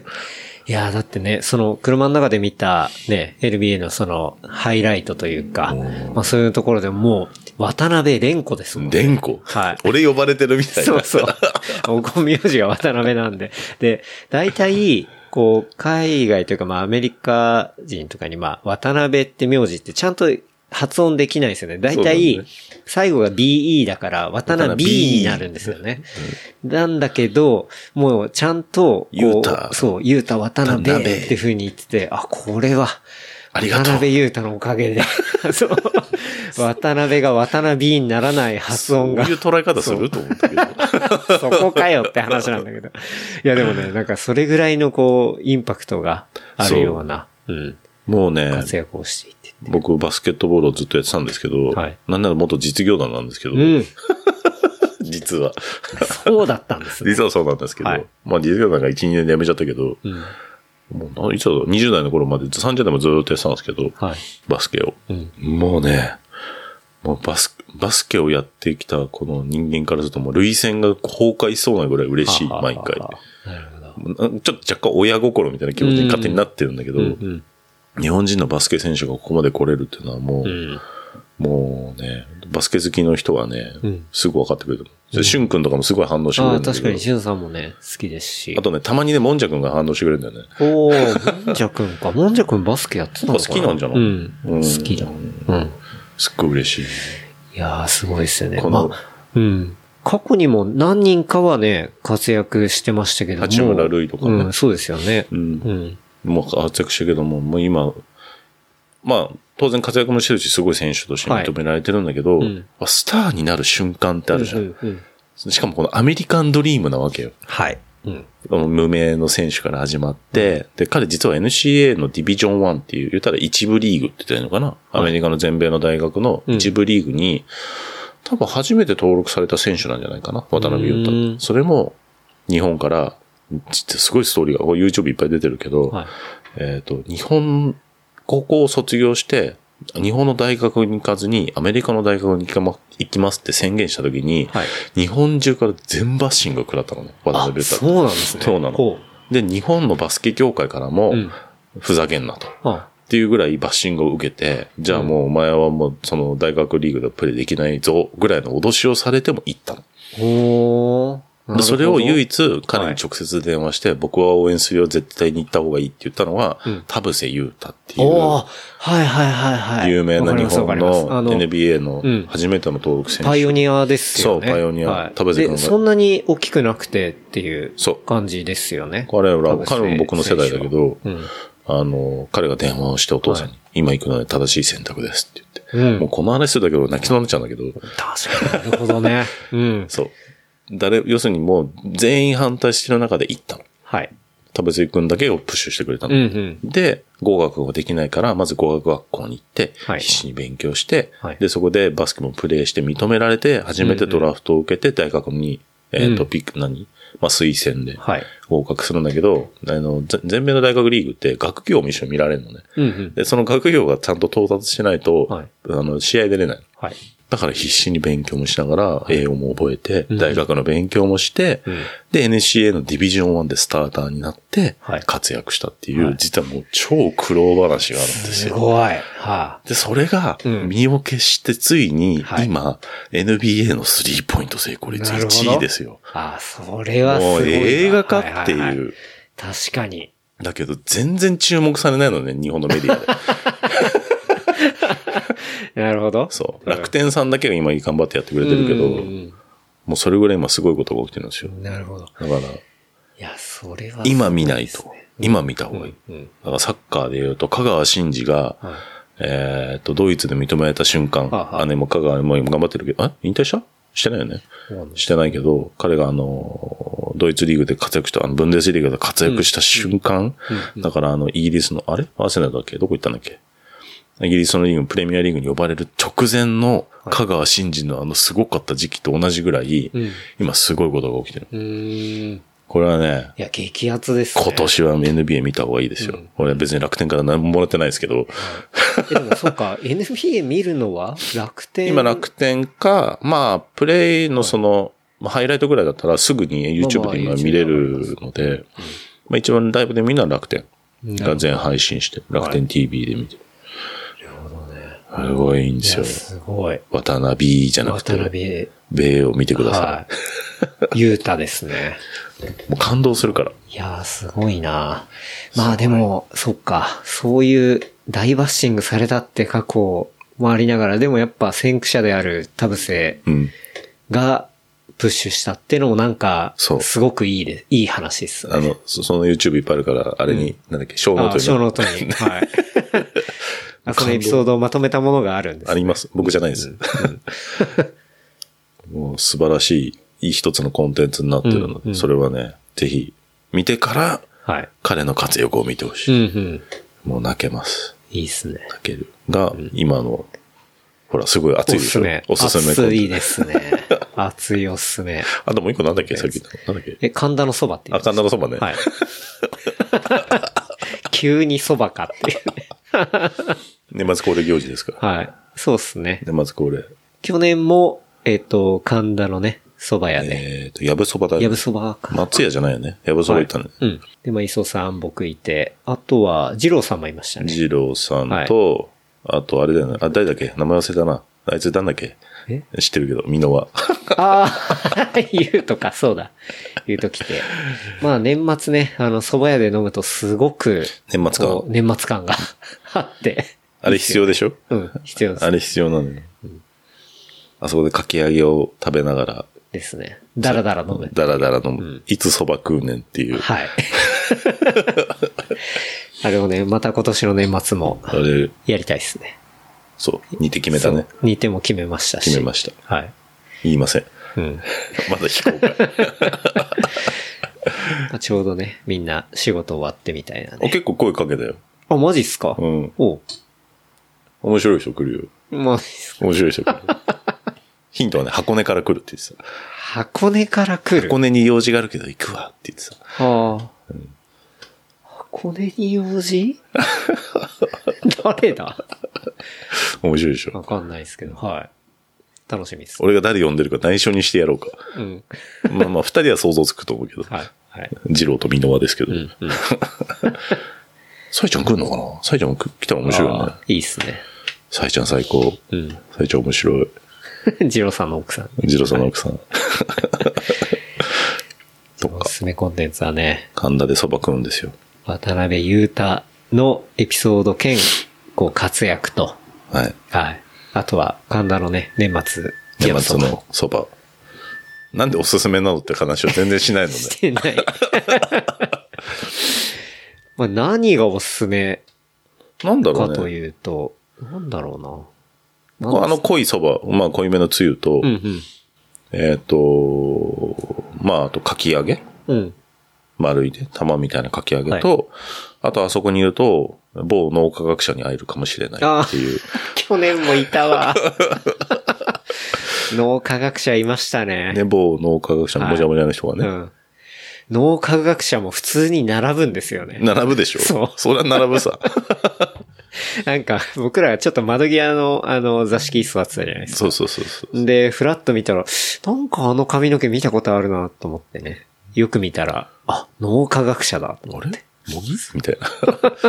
Speaker 3: いやーだってね、その車の中で見たね、LBA のそのハイライトというか、まあそういうところでもう、渡辺蓮子ですもんね。
Speaker 2: でんこ。
Speaker 3: はい
Speaker 2: 俺呼ばれてるみたいな。
Speaker 3: そうそう。僕も名字が渡辺なんで。で、大体、こう、海外というか、まあ、アメリカ人とかに、まあ、渡辺って名字ってちゃんと発音できないですよね。大
Speaker 2: そうなんです
Speaker 3: 体
Speaker 2: ね、
Speaker 3: 最後が BE だから、渡
Speaker 2: 渡辺
Speaker 3: 辺 B になるんですよね。なんだけど、もう、ちゃんと、こう
Speaker 2: ゆうた
Speaker 3: そう、ゆうた渡辺
Speaker 2: 渡
Speaker 3: っ
Speaker 2: 辺
Speaker 3: ていう風に言ってて、あ、これは、
Speaker 2: ありがとう
Speaker 3: 渡辺裕太のおかげで、 そう渡辺が渡辺にならない発音が
Speaker 2: そう。いう捉え方すると思ったけど。
Speaker 3: そこかよって話なんだけど。いやでもね、なんかそれぐらいのこう、インパクトがあるような、うん、
Speaker 2: もうね、
Speaker 3: 活躍をしていて。
Speaker 2: 僕バスケットボールをずっとやってたんですけど、
Speaker 3: はい
Speaker 2: なんなら元実業団なんですけど、
Speaker 3: うん、
Speaker 2: 実は。
Speaker 3: そうだったんですね。
Speaker 2: 実はそうなんですけど、
Speaker 3: はい
Speaker 2: まあ実業団が1、2年で辞めちゃったけど、
Speaker 3: うん、
Speaker 2: もうないつだろう、20代の頃まで、30代もずっとやってたんですけど、
Speaker 3: はい。
Speaker 2: バスケを。
Speaker 3: うん、
Speaker 2: もうね、もうバス、バスケをやってきたこの人間からするともう類線が崩壊しそうなぐらい嬉しい、毎回。
Speaker 3: はあはあはあなるほ
Speaker 2: う
Speaker 3: ど。
Speaker 2: んちょっと若干親心みたいな気持ちに勝手になってるんだけど、
Speaker 3: うん、
Speaker 2: 日本人のバスケ選手がここまで来れるっていうのはもう、
Speaker 3: うん、
Speaker 2: もうね、バスケ好きの人はね、
Speaker 3: うん
Speaker 2: すぐ分かってくれると思う。でしゅんくんとかもすごい反応してく
Speaker 3: あ
Speaker 2: れる
Speaker 3: あ、
Speaker 2: んだ
Speaker 3: 確
Speaker 2: け
Speaker 3: か
Speaker 2: ど。
Speaker 3: に、しゅんさんもね、好きですし。
Speaker 2: あとね、たまにね、もんじゃくんが反応してくれるんだよね。
Speaker 3: おー、もんじゃくんか。 もんじゃくんバスケやってたのかな
Speaker 2: 好きなんじゃない
Speaker 3: うん、
Speaker 2: うん
Speaker 3: 好きだ。うん。
Speaker 2: すっごい嬉しい。
Speaker 3: いやー、すごいですよね。
Speaker 2: こ
Speaker 3: ま
Speaker 2: の
Speaker 3: あ、うん。過去にも何人かはね、活躍してましたけども。
Speaker 2: 八村塁とかね
Speaker 3: うん、そうですよね。
Speaker 2: うん
Speaker 3: うん。
Speaker 2: もう活躍したけども、もう今、まあ、当然活躍もしてるし、すごい選手として認められてるんだけど、
Speaker 3: はいうん
Speaker 2: スターになる瞬間ってあるじゃん。
Speaker 3: うんうんうん
Speaker 2: しかもこのアメリカンドリームなわけよ。
Speaker 3: はい。うん。
Speaker 2: 無名の選手から始まって、で、彼実は NCA のディビジョン1っていう、言ったら一部リーグって言ったらいいのかな、アメリカの全米の大学の一部リーグに、多分初めて登録された選手なんじゃないかな渡辺裕
Speaker 3: う
Speaker 2: 太
Speaker 3: ん。
Speaker 2: それも、日本から、実はすごいストーリーが、これ YouTube いっぱい出てるけど、
Speaker 3: はい。
Speaker 2: えっ、と、日本、高校を卒業して、日本の大学に行かずに、アメリカの大学に行きま行きますって宣言したときに、
Speaker 3: はい。
Speaker 2: 日本中から全バッシングを食らったのね、渡
Speaker 3: あ
Speaker 2: 辺、裕太
Speaker 3: そうなんですね。
Speaker 2: そうなの
Speaker 3: ほ
Speaker 2: で、日本のバスケ協会からも、
Speaker 3: う。うん。
Speaker 2: ふざけんなと。っ
Speaker 3: あ、
Speaker 2: ていうぐらいバッシングを受けて、じゃあもうお前はもうその大学リーグでプレーできないぞ、ぐらいの脅しをされても行ったの。
Speaker 3: ほーなるほ
Speaker 2: で
Speaker 3: ど。
Speaker 2: それを唯一彼に直接電話して、僕は応援するよ、絶対に行った方がいいって言ったのは、
Speaker 3: うん
Speaker 2: 田臥勇太っていう。
Speaker 3: おーはいはいはいはい。
Speaker 2: 有名な日本
Speaker 3: わかりますわ
Speaker 2: の
Speaker 3: かりますあの、
Speaker 2: NBA
Speaker 3: うん
Speaker 2: の初めての登録選
Speaker 3: パイオ
Speaker 2: 手。
Speaker 3: ニアですよね。
Speaker 2: そうパイオニア
Speaker 3: はい
Speaker 2: 田臥君
Speaker 3: で、
Speaker 2: が
Speaker 3: そんなに大きくなくてっていう
Speaker 2: そう
Speaker 3: 感じですよね。
Speaker 2: 彼ら、
Speaker 3: 田臥
Speaker 2: 彼も僕の世代だけど、
Speaker 3: うん。
Speaker 2: あの、彼が電話をしてお父さんに、今行くのは正しい選択ですって言って。
Speaker 3: うん
Speaker 2: もうこの話するだけで俺泣きそうになっちゃうんだけど、
Speaker 3: 確かに。なるほどね。 うん。
Speaker 2: そう。誰、要するにもう全員反対してる中で行ったの。
Speaker 3: はい。
Speaker 2: 田臥君だけをプッシュしてくれた
Speaker 3: うん
Speaker 2: の。
Speaker 3: うん。
Speaker 2: で、語学ができないから、まず語学学校に行って、
Speaker 3: はい
Speaker 2: 必死に勉強して、
Speaker 3: はい
Speaker 2: で、そこでバスケもプレーして認められて、初めてドラフトを受けて、大学に、えっ、
Speaker 3: う
Speaker 2: と、
Speaker 3: ん
Speaker 2: ピック、何まあ、推薦で
Speaker 3: はい。
Speaker 2: 合格するんだけど、あの、ぜ全米の大学リーグって学業も一緒に見られるのね。
Speaker 3: うんうん。
Speaker 2: で、その学業がちゃんと到達しないと、
Speaker 3: はい
Speaker 2: あの、試合出れない。
Speaker 3: はい。
Speaker 2: だから必死に勉強もしながら、英語も覚えて、
Speaker 3: うん
Speaker 2: 大学の勉強もして、
Speaker 3: うん
Speaker 2: で、NCA のディビジョン1でスターターになって
Speaker 3: はい、
Speaker 2: 活躍したっていう、
Speaker 3: はい
Speaker 2: 実はもう超苦労話があるんです
Speaker 3: す
Speaker 2: よ。
Speaker 3: ごい。は
Speaker 2: で、それが
Speaker 3: うん
Speaker 2: 身を消してついに
Speaker 3: はい
Speaker 2: 今、NBA のスリーポイント成功率
Speaker 3: なるほど
Speaker 2: 1位ですよ。
Speaker 3: あ。あ、それはす
Speaker 2: も
Speaker 3: ごいな。
Speaker 2: う映画化って
Speaker 3: ははは
Speaker 2: いう。
Speaker 3: 確かに。
Speaker 2: だけど全然注目されないのね、日本のメデ ィアで。
Speaker 3: なるほど。
Speaker 2: そう。楽天さんだけが今頑張ってやってくれてるけ
Speaker 3: うんう
Speaker 2: ど、
Speaker 3: ん
Speaker 2: もうそれぐらい今すごいことが起きてるんですよ
Speaker 3: う。ん。なるほど。
Speaker 2: だから、
Speaker 3: いや、それは。
Speaker 2: 今見ないと。今見た
Speaker 3: う
Speaker 2: 方がいい
Speaker 3: ん。。うん。
Speaker 2: だからサッカーで言うと、香川真司が、
Speaker 3: はい
Speaker 2: えーっと、ドイツで認められた瞬間、
Speaker 3: はあはあ
Speaker 2: 姉も香川も今頑張ってるけど、え引退したしてないよね
Speaker 3: そうなん。だ
Speaker 2: してないけど、彼があの、ドイツリーグで活躍した、あの、ブンデスリーグで活躍した瞬間、だからあの、イギリスの、あれアーセナルだっけどこ行ったんだっけイギリスのリーグのプレミアリーグに呼ばれる直前の香川真司のあのすごかった時期と同じぐらい、
Speaker 3: うん。
Speaker 2: 今すごいことが起きてる。
Speaker 3: うん。い
Speaker 2: これはね、
Speaker 3: や、激アツですね。
Speaker 2: 今年は NBA 見た方がいいですよ。俺は別に楽天から何ももらってないですけど、
Speaker 3: え。でも、そうか、NBA 見るのは楽天。
Speaker 2: 今楽天か、まあ、プレイのその、まあハイライトぐらいだったらすぐに YouTube で今見れるので、まあ一番ライブで見るのは楽天が全配信して、楽天 TV で見てる。すごいいいんで
Speaker 3: い
Speaker 2: す
Speaker 3: や
Speaker 2: よ。
Speaker 3: すごい。
Speaker 2: 渡辺じゃなく
Speaker 3: 渡
Speaker 2: て、
Speaker 3: 辺、
Speaker 2: 米を見てくださ
Speaker 3: はい。ゆうたですね。
Speaker 2: い。もう感動するから。
Speaker 3: いやー、すごいなまあでも、そっか、そういう大バッシングされたって過去を回りながら、でもやっぱ先駆者である田臥
Speaker 2: うん。
Speaker 3: がプッシュしたってのもなんか、
Speaker 2: そう
Speaker 3: すごくいいで、いい話っすね。
Speaker 2: あの、そその YouTube いっぱいあるから、あれに、なんだっけ、小ノ
Speaker 3: あ、
Speaker 2: ート
Speaker 3: 小
Speaker 2: に
Speaker 3: ノート に。はい。あそのエピソードをまとめたものがあるんです
Speaker 2: あ。ります。僕じゃないです。 もう素晴らしい、いい一つのコンテンツになってるので、
Speaker 3: うんうん
Speaker 2: それはね、ぜひ見てから
Speaker 3: はい。
Speaker 2: 彼の活躍を見てほし
Speaker 3: うん
Speaker 2: い。
Speaker 3: うん。
Speaker 2: もう泣けます。
Speaker 3: いいっすね。
Speaker 2: 泣ける。が、今の、ほら、すごい熱い
Speaker 3: お
Speaker 2: ですし
Speaker 3: す
Speaker 2: ょ
Speaker 3: め。
Speaker 2: おすすめコンテ
Speaker 3: 熱
Speaker 2: ンツ
Speaker 3: いです ね。熱いおすすめ。
Speaker 2: あともう一個なんだっけさっき言った。なんだっけ
Speaker 3: え、神田のそばって言
Speaker 2: あ、
Speaker 3: いました
Speaker 2: 神田のそばね。
Speaker 3: はい。 急にそばかっていうね。
Speaker 2: 年末恒例行事ですから。
Speaker 3: はい。そうっすね。
Speaker 2: 年末恒例。
Speaker 3: 去年も、えっ、と、神田のね、蕎麦屋で。
Speaker 2: えっと、やぶそばだよね
Speaker 3: やぶそばか。
Speaker 2: 松屋じゃないよね。やぶそば行ったね。
Speaker 3: うん。で、まあ、磯さん、僕いて、あとは、二郎さんもいましたね。
Speaker 2: 二郎さんと、あとあれだよね。あ、誰だっけ名前忘れたな。あいつなんだっけ
Speaker 3: え
Speaker 2: 知ってるけど、美濃は。
Speaker 3: ああ、言うとか、そうだ。言うときて。まあ、年末ね、あの、蕎麦屋で飲むとすごく、
Speaker 2: 年末
Speaker 3: こ
Speaker 2: か
Speaker 3: う。年末感があって、
Speaker 2: あれ必要でしょ
Speaker 3: うん、必要
Speaker 2: あれ必要なのよ。あそこでかき揚げを食べながら、
Speaker 3: ですね。だらだら飲む。
Speaker 2: だらだら飲む。
Speaker 3: うん
Speaker 2: いつそば食うねんっていう。
Speaker 3: はい。あれをね、また今年の年末も
Speaker 2: あれ、
Speaker 3: やりたいですね。
Speaker 2: そう、似て決めたね
Speaker 3: そ。う。2点も決めましたし。
Speaker 2: 決めました。
Speaker 3: はい。
Speaker 2: 言いません。
Speaker 3: うん。
Speaker 2: まだ非公開。
Speaker 3: あちょうどね、みんな仕事終わってみたいな
Speaker 2: お
Speaker 3: ね。
Speaker 2: 結構声かけたよ。
Speaker 3: あ、マジっすか、
Speaker 2: うん。
Speaker 3: おう
Speaker 2: 面白い人来るよ。
Speaker 3: マジっすか
Speaker 2: 面白い人来 る。ヒントはね、箱根から来るって言ってた。
Speaker 3: 箱根から来る。
Speaker 2: 箱根に用事があるけど行くわって言ってた。
Speaker 3: はあ箱根に用事 誰だ
Speaker 2: 面白いでしょ。
Speaker 3: わかんないですけど。はい。楽しみです。
Speaker 2: 俺が誰呼んでるか内緒にしてやろ うか。
Speaker 3: うん。
Speaker 2: まあまあ、二人は想像つくと思うけど。
Speaker 3: はい。はい。
Speaker 2: 二郎と美濃はですけど。
Speaker 3: うん。うん。
Speaker 2: サイちゃん来るのかなサイちゃんも来来たら面白いよね
Speaker 3: あ。ーいいっすね。
Speaker 2: サイちゃん最高。
Speaker 3: うん。
Speaker 2: サイちゃん面白い。
Speaker 3: ジローさんの奥さん。
Speaker 2: 二郎さんの奥さん。と
Speaker 3: お
Speaker 2: か
Speaker 3: す、すめコンテンツはね、
Speaker 2: 神田で蕎麦食うんですよ。
Speaker 3: 渡辺裕太のエピソード兼、こう活躍と、
Speaker 2: はい。
Speaker 3: はい。あとは神田のね、年末、
Speaker 2: 年末
Speaker 3: いや。
Speaker 2: の蕎麦。なんでおすすめなのって話を全然しないの ね。
Speaker 3: そうして ない。まあ何がおすすめ
Speaker 2: なんだろ
Speaker 3: か
Speaker 2: う
Speaker 3: と
Speaker 2: ね。
Speaker 3: いうと、なんだろうな。
Speaker 2: あの濃い蕎麦、まあ濃いめのつゆと、
Speaker 3: なんです
Speaker 2: えっ、と、まああとかき揚げ
Speaker 3: うんうん。うん。
Speaker 2: 丸いで、玉みたいなかき揚げと、あとあそこにいると、某脳科学者に会えるかもしれないっていう。
Speaker 3: 去年もいた わ。脳科学者いましたね。
Speaker 2: ね、某脳科学者のもじゃもじゃの人が
Speaker 3: う
Speaker 2: ね、
Speaker 3: ん。脳科学者も普通に並ぶんですよね。
Speaker 2: 並ぶでしょ
Speaker 3: そう
Speaker 2: そりゃ並ぶ さ。
Speaker 3: なんか、僕らちょっと窓際の、あの、座敷座ってたじゃないですか。
Speaker 2: そうそうそうそう。
Speaker 3: で、ふらっと見たら、なんかあの髪の毛見たことあるなと思ってね。よく見たら、あ、脳科学者だと思
Speaker 2: あ
Speaker 3: っ
Speaker 2: れ
Speaker 3: て。
Speaker 2: 茂木みたい な。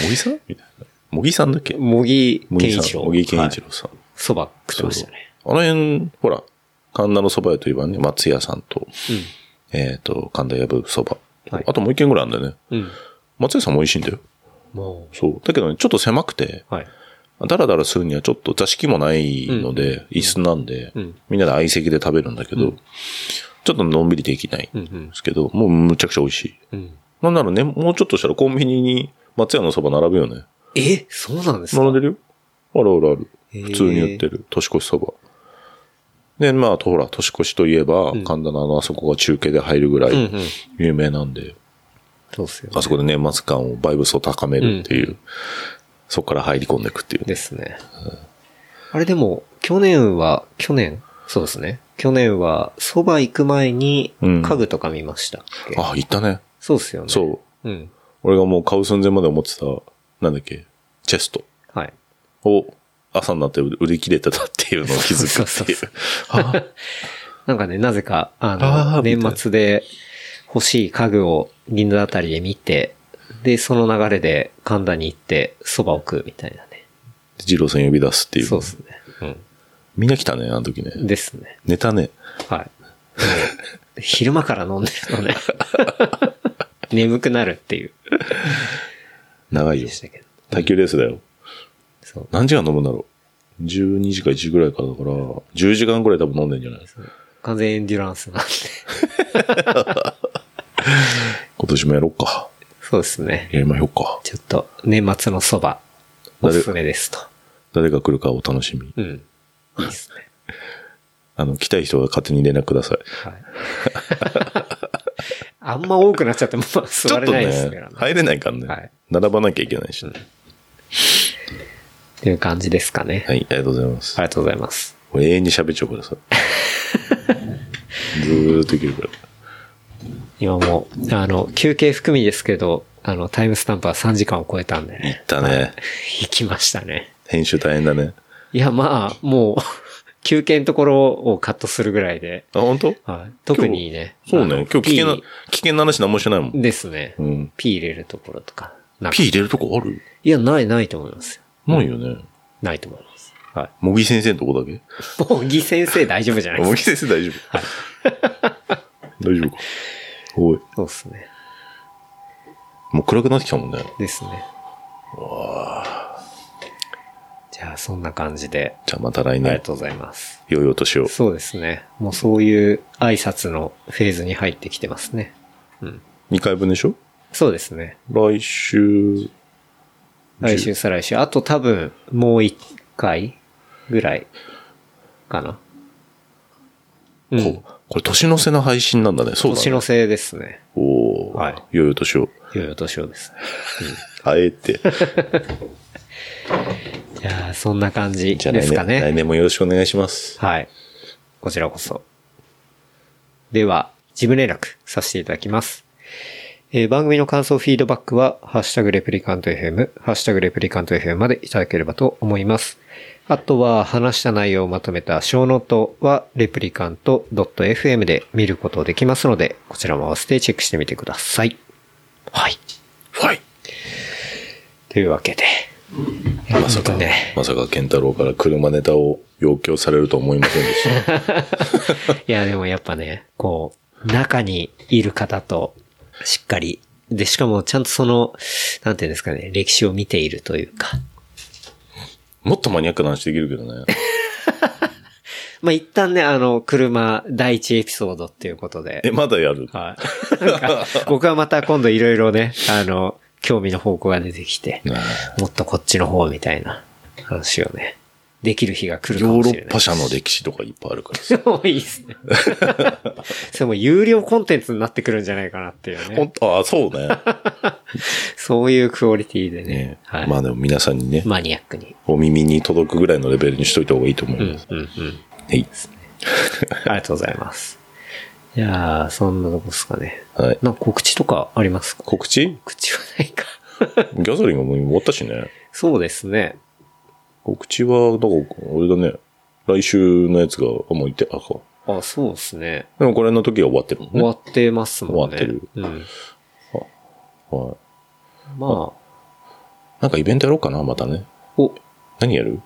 Speaker 2: 茂木さんみたいな。茂木さんだっけ
Speaker 3: 茂木
Speaker 2: 茂木
Speaker 3: 健
Speaker 2: さん。
Speaker 3: 一郎。
Speaker 2: 茂木健一
Speaker 3: はい
Speaker 2: 郎さん。
Speaker 3: そば、食ってましたね。
Speaker 2: あの辺、ほら、神田の蕎麦屋といえばね、松屋さんと、えっ、と、神田やぶ蕎麦。
Speaker 3: はい
Speaker 2: あともう一軒ぐらいあるんだよね。
Speaker 3: うん。うん。
Speaker 2: 松屋さんも美味しいんだよ。
Speaker 3: も
Speaker 2: そう。だけどね、ちょっと狭くて、
Speaker 3: う、はい。
Speaker 2: だらだらするにはちょっと座敷もないので、椅子なんで、
Speaker 3: うん
Speaker 2: みんなで相席で食べるんだけど、ちょっとのんびりできない
Speaker 3: うんんうん
Speaker 2: で。すけど、もうむちゃくちゃ美味しい。
Speaker 3: うん。
Speaker 2: なんならね、もうちょっとしたらコンビニに松屋のそば並ぶよね。
Speaker 3: え、そうなんですか
Speaker 2: 並んでるよあるあるある。
Speaker 3: へー
Speaker 2: 普通に売ってる。年越しそば。で、まあ、ほら、年越しといえば、
Speaker 3: ん
Speaker 2: 神田のあの、あそこが中継で入るぐら
Speaker 3: うん
Speaker 2: い
Speaker 3: うん。
Speaker 2: 有名なんで、
Speaker 3: そうっすよね。
Speaker 2: あそこで年末感を、バイブスを高めるっていう、そこから入り込んでいくっていう。
Speaker 3: ですね。あれでも、去年は、去年そうですね。去年は、そば行く前に
Speaker 2: うん、
Speaker 3: 家具とか見ましたっけ、
Speaker 2: あ、行ったね。
Speaker 3: そうっすよね。
Speaker 2: そう。
Speaker 3: う。うん。
Speaker 2: 俺がもう買う寸前まで思ってた、なんだっけ、チェスト
Speaker 3: はい。
Speaker 2: を朝になって売り切れてたっていうのを気づくっていう
Speaker 3: そう。
Speaker 2: あ
Speaker 3: なんかね、なぜか、あの、
Speaker 2: あーみたいな
Speaker 3: 年末で欲しい家具を銀座あたりで見て、で、その流れで神田に行って蕎麦を食うみたいなね。
Speaker 2: 二郎さん呼び出すっていう。
Speaker 3: そうですね。
Speaker 2: みんな来たね、あの時ね
Speaker 3: う。ん。ですね。
Speaker 2: ネタね。
Speaker 3: はい。もう昼間から飲んでる のね。眠くなるっていう。
Speaker 2: 長いよ
Speaker 3: で。したけど。
Speaker 2: 耐久レースだよ。
Speaker 3: そう。
Speaker 2: 何時間飲むんだろう ?12 時か1時ぐらいからだから、10時間ぐらい多分飲んでんじゃない
Speaker 3: 完全エンデュランスなんで。
Speaker 2: 今年もやろうか。
Speaker 3: そうですね。
Speaker 2: やりましょうか。
Speaker 3: ちょっと、年末の蕎麦、おすすめですと。
Speaker 2: 誰が来るかお楽しみに。
Speaker 3: うん。いいですね。
Speaker 2: あの、来たい人は勝手に連絡ください。
Speaker 3: はい。あんま多くなっちゃっても、まあ、
Speaker 2: ち
Speaker 3: 座
Speaker 2: ょっ
Speaker 3: れ
Speaker 2: と
Speaker 3: ないですか
Speaker 2: ね
Speaker 3: ら、ね。
Speaker 2: 入れないからね。
Speaker 3: はい
Speaker 2: 並ばなきゃいけないし、
Speaker 3: っていう感じですかね。
Speaker 2: はい、ありがとうございます。
Speaker 3: ありがとうございます。
Speaker 2: もう永遠に喋っちゃうから さ。ずーっといけるから。
Speaker 3: 今も、あの、休憩含みですけど、あの、タイムスタンプは3時間を超えたんでね。
Speaker 2: だね。
Speaker 3: 行きましたね。
Speaker 2: 編集大変だね。
Speaker 3: いや、まあ、もう、 休憩のところをカットするぐらいで、
Speaker 2: あ、本当？
Speaker 3: はい、特にね。
Speaker 2: そう
Speaker 3: あの
Speaker 2: ね。今日危険な
Speaker 3: P、
Speaker 2: 危険な話何もしてないもん。
Speaker 3: ですね。
Speaker 2: うん。
Speaker 3: P 入れるところとか。なんか
Speaker 2: P 入れるとこある
Speaker 3: いや、ない、ないと思いますよ。
Speaker 2: ないよね。
Speaker 3: ないと思います。は
Speaker 2: 茂木先生のとこだけ
Speaker 3: い。もう、義先生大丈夫じゃないです
Speaker 2: 茂木先
Speaker 3: か。
Speaker 2: 生大丈 夫。大丈夫か。おい。
Speaker 3: そうですね。
Speaker 2: もう暗くなってきたもんね。
Speaker 3: ですね。じゃあ、そんな感じで、
Speaker 2: じゃあまた来
Speaker 3: ありが
Speaker 2: 年、
Speaker 3: とうございます。
Speaker 2: 良いお年を。
Speaker 3: そうですね。もうそういう挨拶のフェーズに入ってきてますね。
Speaker 2: 2回分でしょ
Speaker 3: そうですね。
Speaker 2: 来週、
Speaker 3: 来週、再来週。あと多分、もう一回ぐらいかな。うん。
Speaker 2: ここれ年の瀬の配信なんだね。そうだ
Speaker 3: 年
Speaker 2: ね。
Speaker 3: のせいですね。
Speaker 2: お
Speaker 3: は
Speaker 2: ー
Speaker 3: い。
Speaker 2: 良いお年を。
Speaker 3: いよいよ年をですね。
Speaker 2: あえて。
Speaker 3: じゃあ、そんな感じ
Speaker 2: じゃあ来
Speaker 3: ですか
Speaker 2: 年、来
Speaker 3: ね。
Speaker 2: 年もよろしくお願いします。
Speaker 3: はい。こちらこそ。では、自分連絡させていただきます。えー番組の感想、フィードバックは、ハッシュタグレプリカント FM、ハッシュタグレプリカント FM までいただければと思います。あとは、話した内容をまとめた小ノートは、レプリカント .fm で見ることできますので、こちらも合わせてチェックしてみてください。はい。
Speaker 2: はい。
Speaker 3: というわけで。
Speaker 2: まさか、
Speaker 3: ね。
Speaker 2: まさか健太郎から車ネタを要求されるとは思いませんで した。
Speaker 3: いや、でもやっぱね、こう、中にいる方と、しっかり、で、しかもちゃんとその、なんていうんですかね、歴史を見ているというか、
Speaker 2: もっとマニアックな話できるけどね。
Speaker 3: まあ、一旦ね、あの、車第一エピソードっていうこと
Speaker 2: え、
Speaker 3: で、
Speaker 2: まだやる。
Speaker 3: はい。 なんか、僕はまた今度いろいろね、あの、興味の方向が出てきて、
Speaker 2: ね
Speaker 3: もっとこっちの方みたいな話をね、できる日が来るか
Speaker 2: ヨ
Speaker 3: も
Speaker 2: ーロ
Speaker 3: しれ
Speaker 2: ッ
Speaker 3: な
Speaker 2: パ
Speaker 3: い。
Speaker 2: 社の歴史とかいっぱいあるからさ。
Speaker 3: もういいですね。 それもう有料コンテンツになってくるんじゃないかなっていうね。
Speaker 2: 本当あ、そうね。
Speaker 3: そういうクオリティでね。
Speaker 2: ね
Speaker 3: はい、
Speaker 2: まあでも皆さんにね、
Speaker 3: マニアックに。
Speaker 2: お耳に届くぐらいのレベルにしといた方がいいと思います。
Speaker 3: うんうん。
Speaker 2: はい。
Speaker 3: ありがとうございます。じゃあ、そんなとこですかね。
Speaker 2: はい。
Speaker 3: なんか告知とかありますか
Speaker 2: 告知
Speaker 3: 告知はないか。
Speaker 2: ギャザリングも終わったしね。
Speaker 3: そうですね。
Speaker 2: 告知は、だから、俺だね。来週のやつが、あもういて、あ、そう。
Speaker 3: あ、そうですね。
Speaker 2: でもこれの時は終わってるもんね。
Speaker 3: 終わってますもんね。
Speaker 2: 終わって
Speaker 3: うん。
Speaker 2: はい。
Speaker 3: ま
Speaker 2: なんかイベントやろうかな、またね。
Speaker 3: あ、お、
Speaker 2: 何やる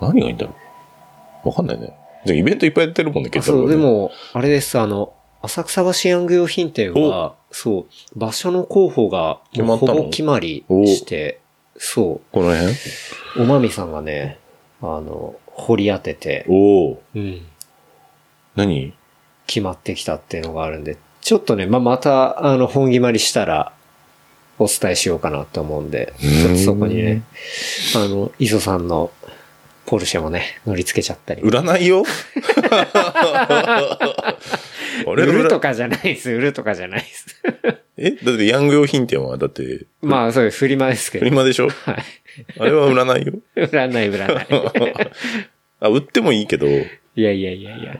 Speaker 2: 何がいいんだろうわかんないね。でもイベントいっぱいやってるもんね、
Speaker 3: あ
Speaker 2: 結
Speaker 3: そう、
Speaker 2: 構、
Speaker 3: で
Speaker 2: ね。
Speaker 3: も、あれです、あの、浅草橋ヤング用品店は、そう、場所の候補が、
Speaker 2: 決ま
Speaker 3: もう
Speaker 2: った
Speaker 3: ほ
Speaker 2: の
Speaker 3: ぼ決まりして、そ
Speaker 2: この辺
Speaker 3: う、おまみさんがね、あの、掘り当てて、
Speaker 2: おお
Speaker 3: うん。
Speaker 2: 何
Speaker 3: 決まってきたっていうのがあるんで、ちょっとね、まあ、また、あの、本決まりしたら、お伝えしようかなと思うんで、ちょっとそこにね、あの、磯さんの、ポルシェもね、乗り付けちゃったり。
Speaker 2: 占い よ俺
Speaker 3: 売
Speaker 2: の
Speaker 3: ると
Speaker 2: 占
Speaker 3: かじゃないです、売るとかじゃないです。
Speaker 2: えだってヤング用品店は、だって、
Speaker 3: まあ、そういうフリマですけ
Speaker 2: フ
Speaker 3: ど
Speaker 2: リ。マでしょ
Speaker 3: はい。
Speaker 2: あれは売らない よ。
Speaker 3: 売らない、売らない。
Speaker 2: あ、売ってもいいけど、
Speaker 3: いやいやいやいや。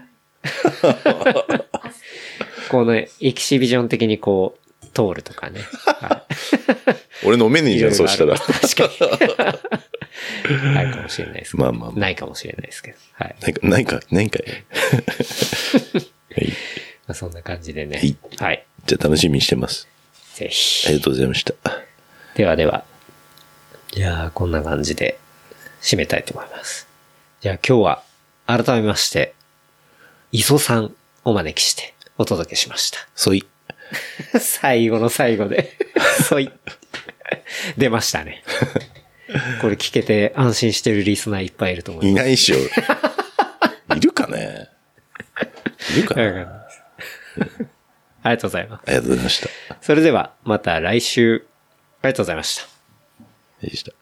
Speaker 3: このエキシビジョン的にこう、通るとかね。は
Speaker 2: 俺飲めね
Speaker 3: い
Speaker 2: えじゃん、そうしたら。
Speaker 3: 確かに。あるかもしれないですけ ど。
Speaker 2: まあまあまあ
Speaker 3: ないかもしれないですけど。はい。
Speaker 2: ないか、ないか、ないんか い。はい。
Speaker 3: まあ、そんな感じでね。
Speaker 2: はい
Speaker 3: はい。
Speaker 2: じゃあ楽しみにしてます。
Speaker 3: ぜ
Speaker 2: あり
Speaker 3: ひ
Speaker 2: が。とうございました。
Speaker 3: ではでは。じゃあ、こんな感じで締めたいと思います。じゃあ今日は改めまして、磯さんお招きしてお届けしました。
Speaker 2: そい。
Speaker 3: 最後の最後で、 そい。出ましたね。これ聞けて安心してるリスナーいっぱいいると思い
Speaker 2: い
Speaker 3: ます。
Speaker 2: ないっしょ。いるかねいるか
Speaker 3: わ
Speaker 2: な
Speaker 3: かります。 ありがとうございます。
Speaker 2: ありがとうございました。
Speaker 3: それではまた来週、ありがとうございました。
Speaker 2: でした。